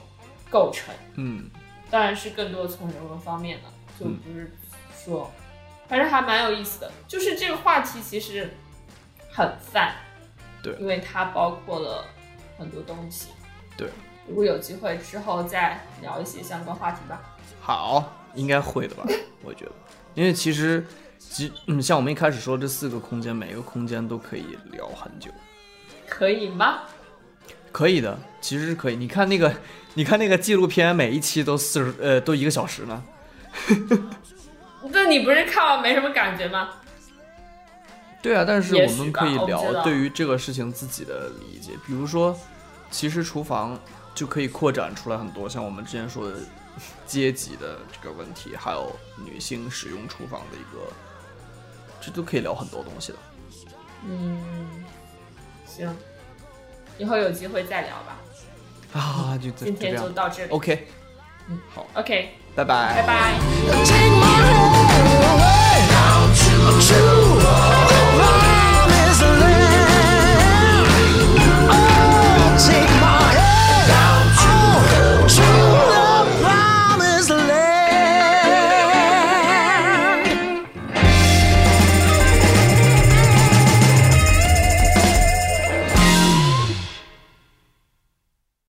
Speaker 2: 构成，
Speaker 1: 嗯
Speaker 2: 当然是更多从人文方面了，就不是说，反正还蛮有意思的。就是这个话题其实很泛，
Speaker 1: 对
Speaker 2: 因为它包括了很多东西。
Speaker 1: 对，
Speaker 2: 如果有机会之后再聊一些相关话题吧。
Speaker 1: 好，应该会的吧？我觉得，因为其实，即嗯，像我们一开始说这四个空间，每个空间都可以聊很久，
Speaker 2: 可以吗？
Speaker 1: 可以的，其实是可以。你看那个，你看那个纪录片，每一期都四十呃，都一个小时呢。
Speaker 2: 那你不是看完没什么感觉吗？
Speaker 1: 对啊，但是
Speaker 2: 也
Speaker 1: 我
Speaker 2: 许
Speaker 1: 们
Speaker 2: 吧
Speaker 1: 可以
Speaker 2: 我不知
Speaker 1: 聊
Speaker 2: 道
Speaker 1: 对于这个事情自己的理解，比如说，其实厨房就可以扩展出来很多，像我们之前说的 阶级的这个问题，还有女性使用厨房的一个，这都可以聊很多东西的。
Speaker 2: 嗯，行，以后有机会再聊吧。
Speaker 1: 啊，就这
Speaker 2: 今
Speaker 1: 就这
Speaker 2: 天就
Speaker 1: 样。
Speaker 2: 到这里。
Speaker 1: OK，
Speaker 2: OK，
Speaker 1: 拜拜
Speaker 2: 拜。拜。
Speaker 4: Take my hand away. Don't you,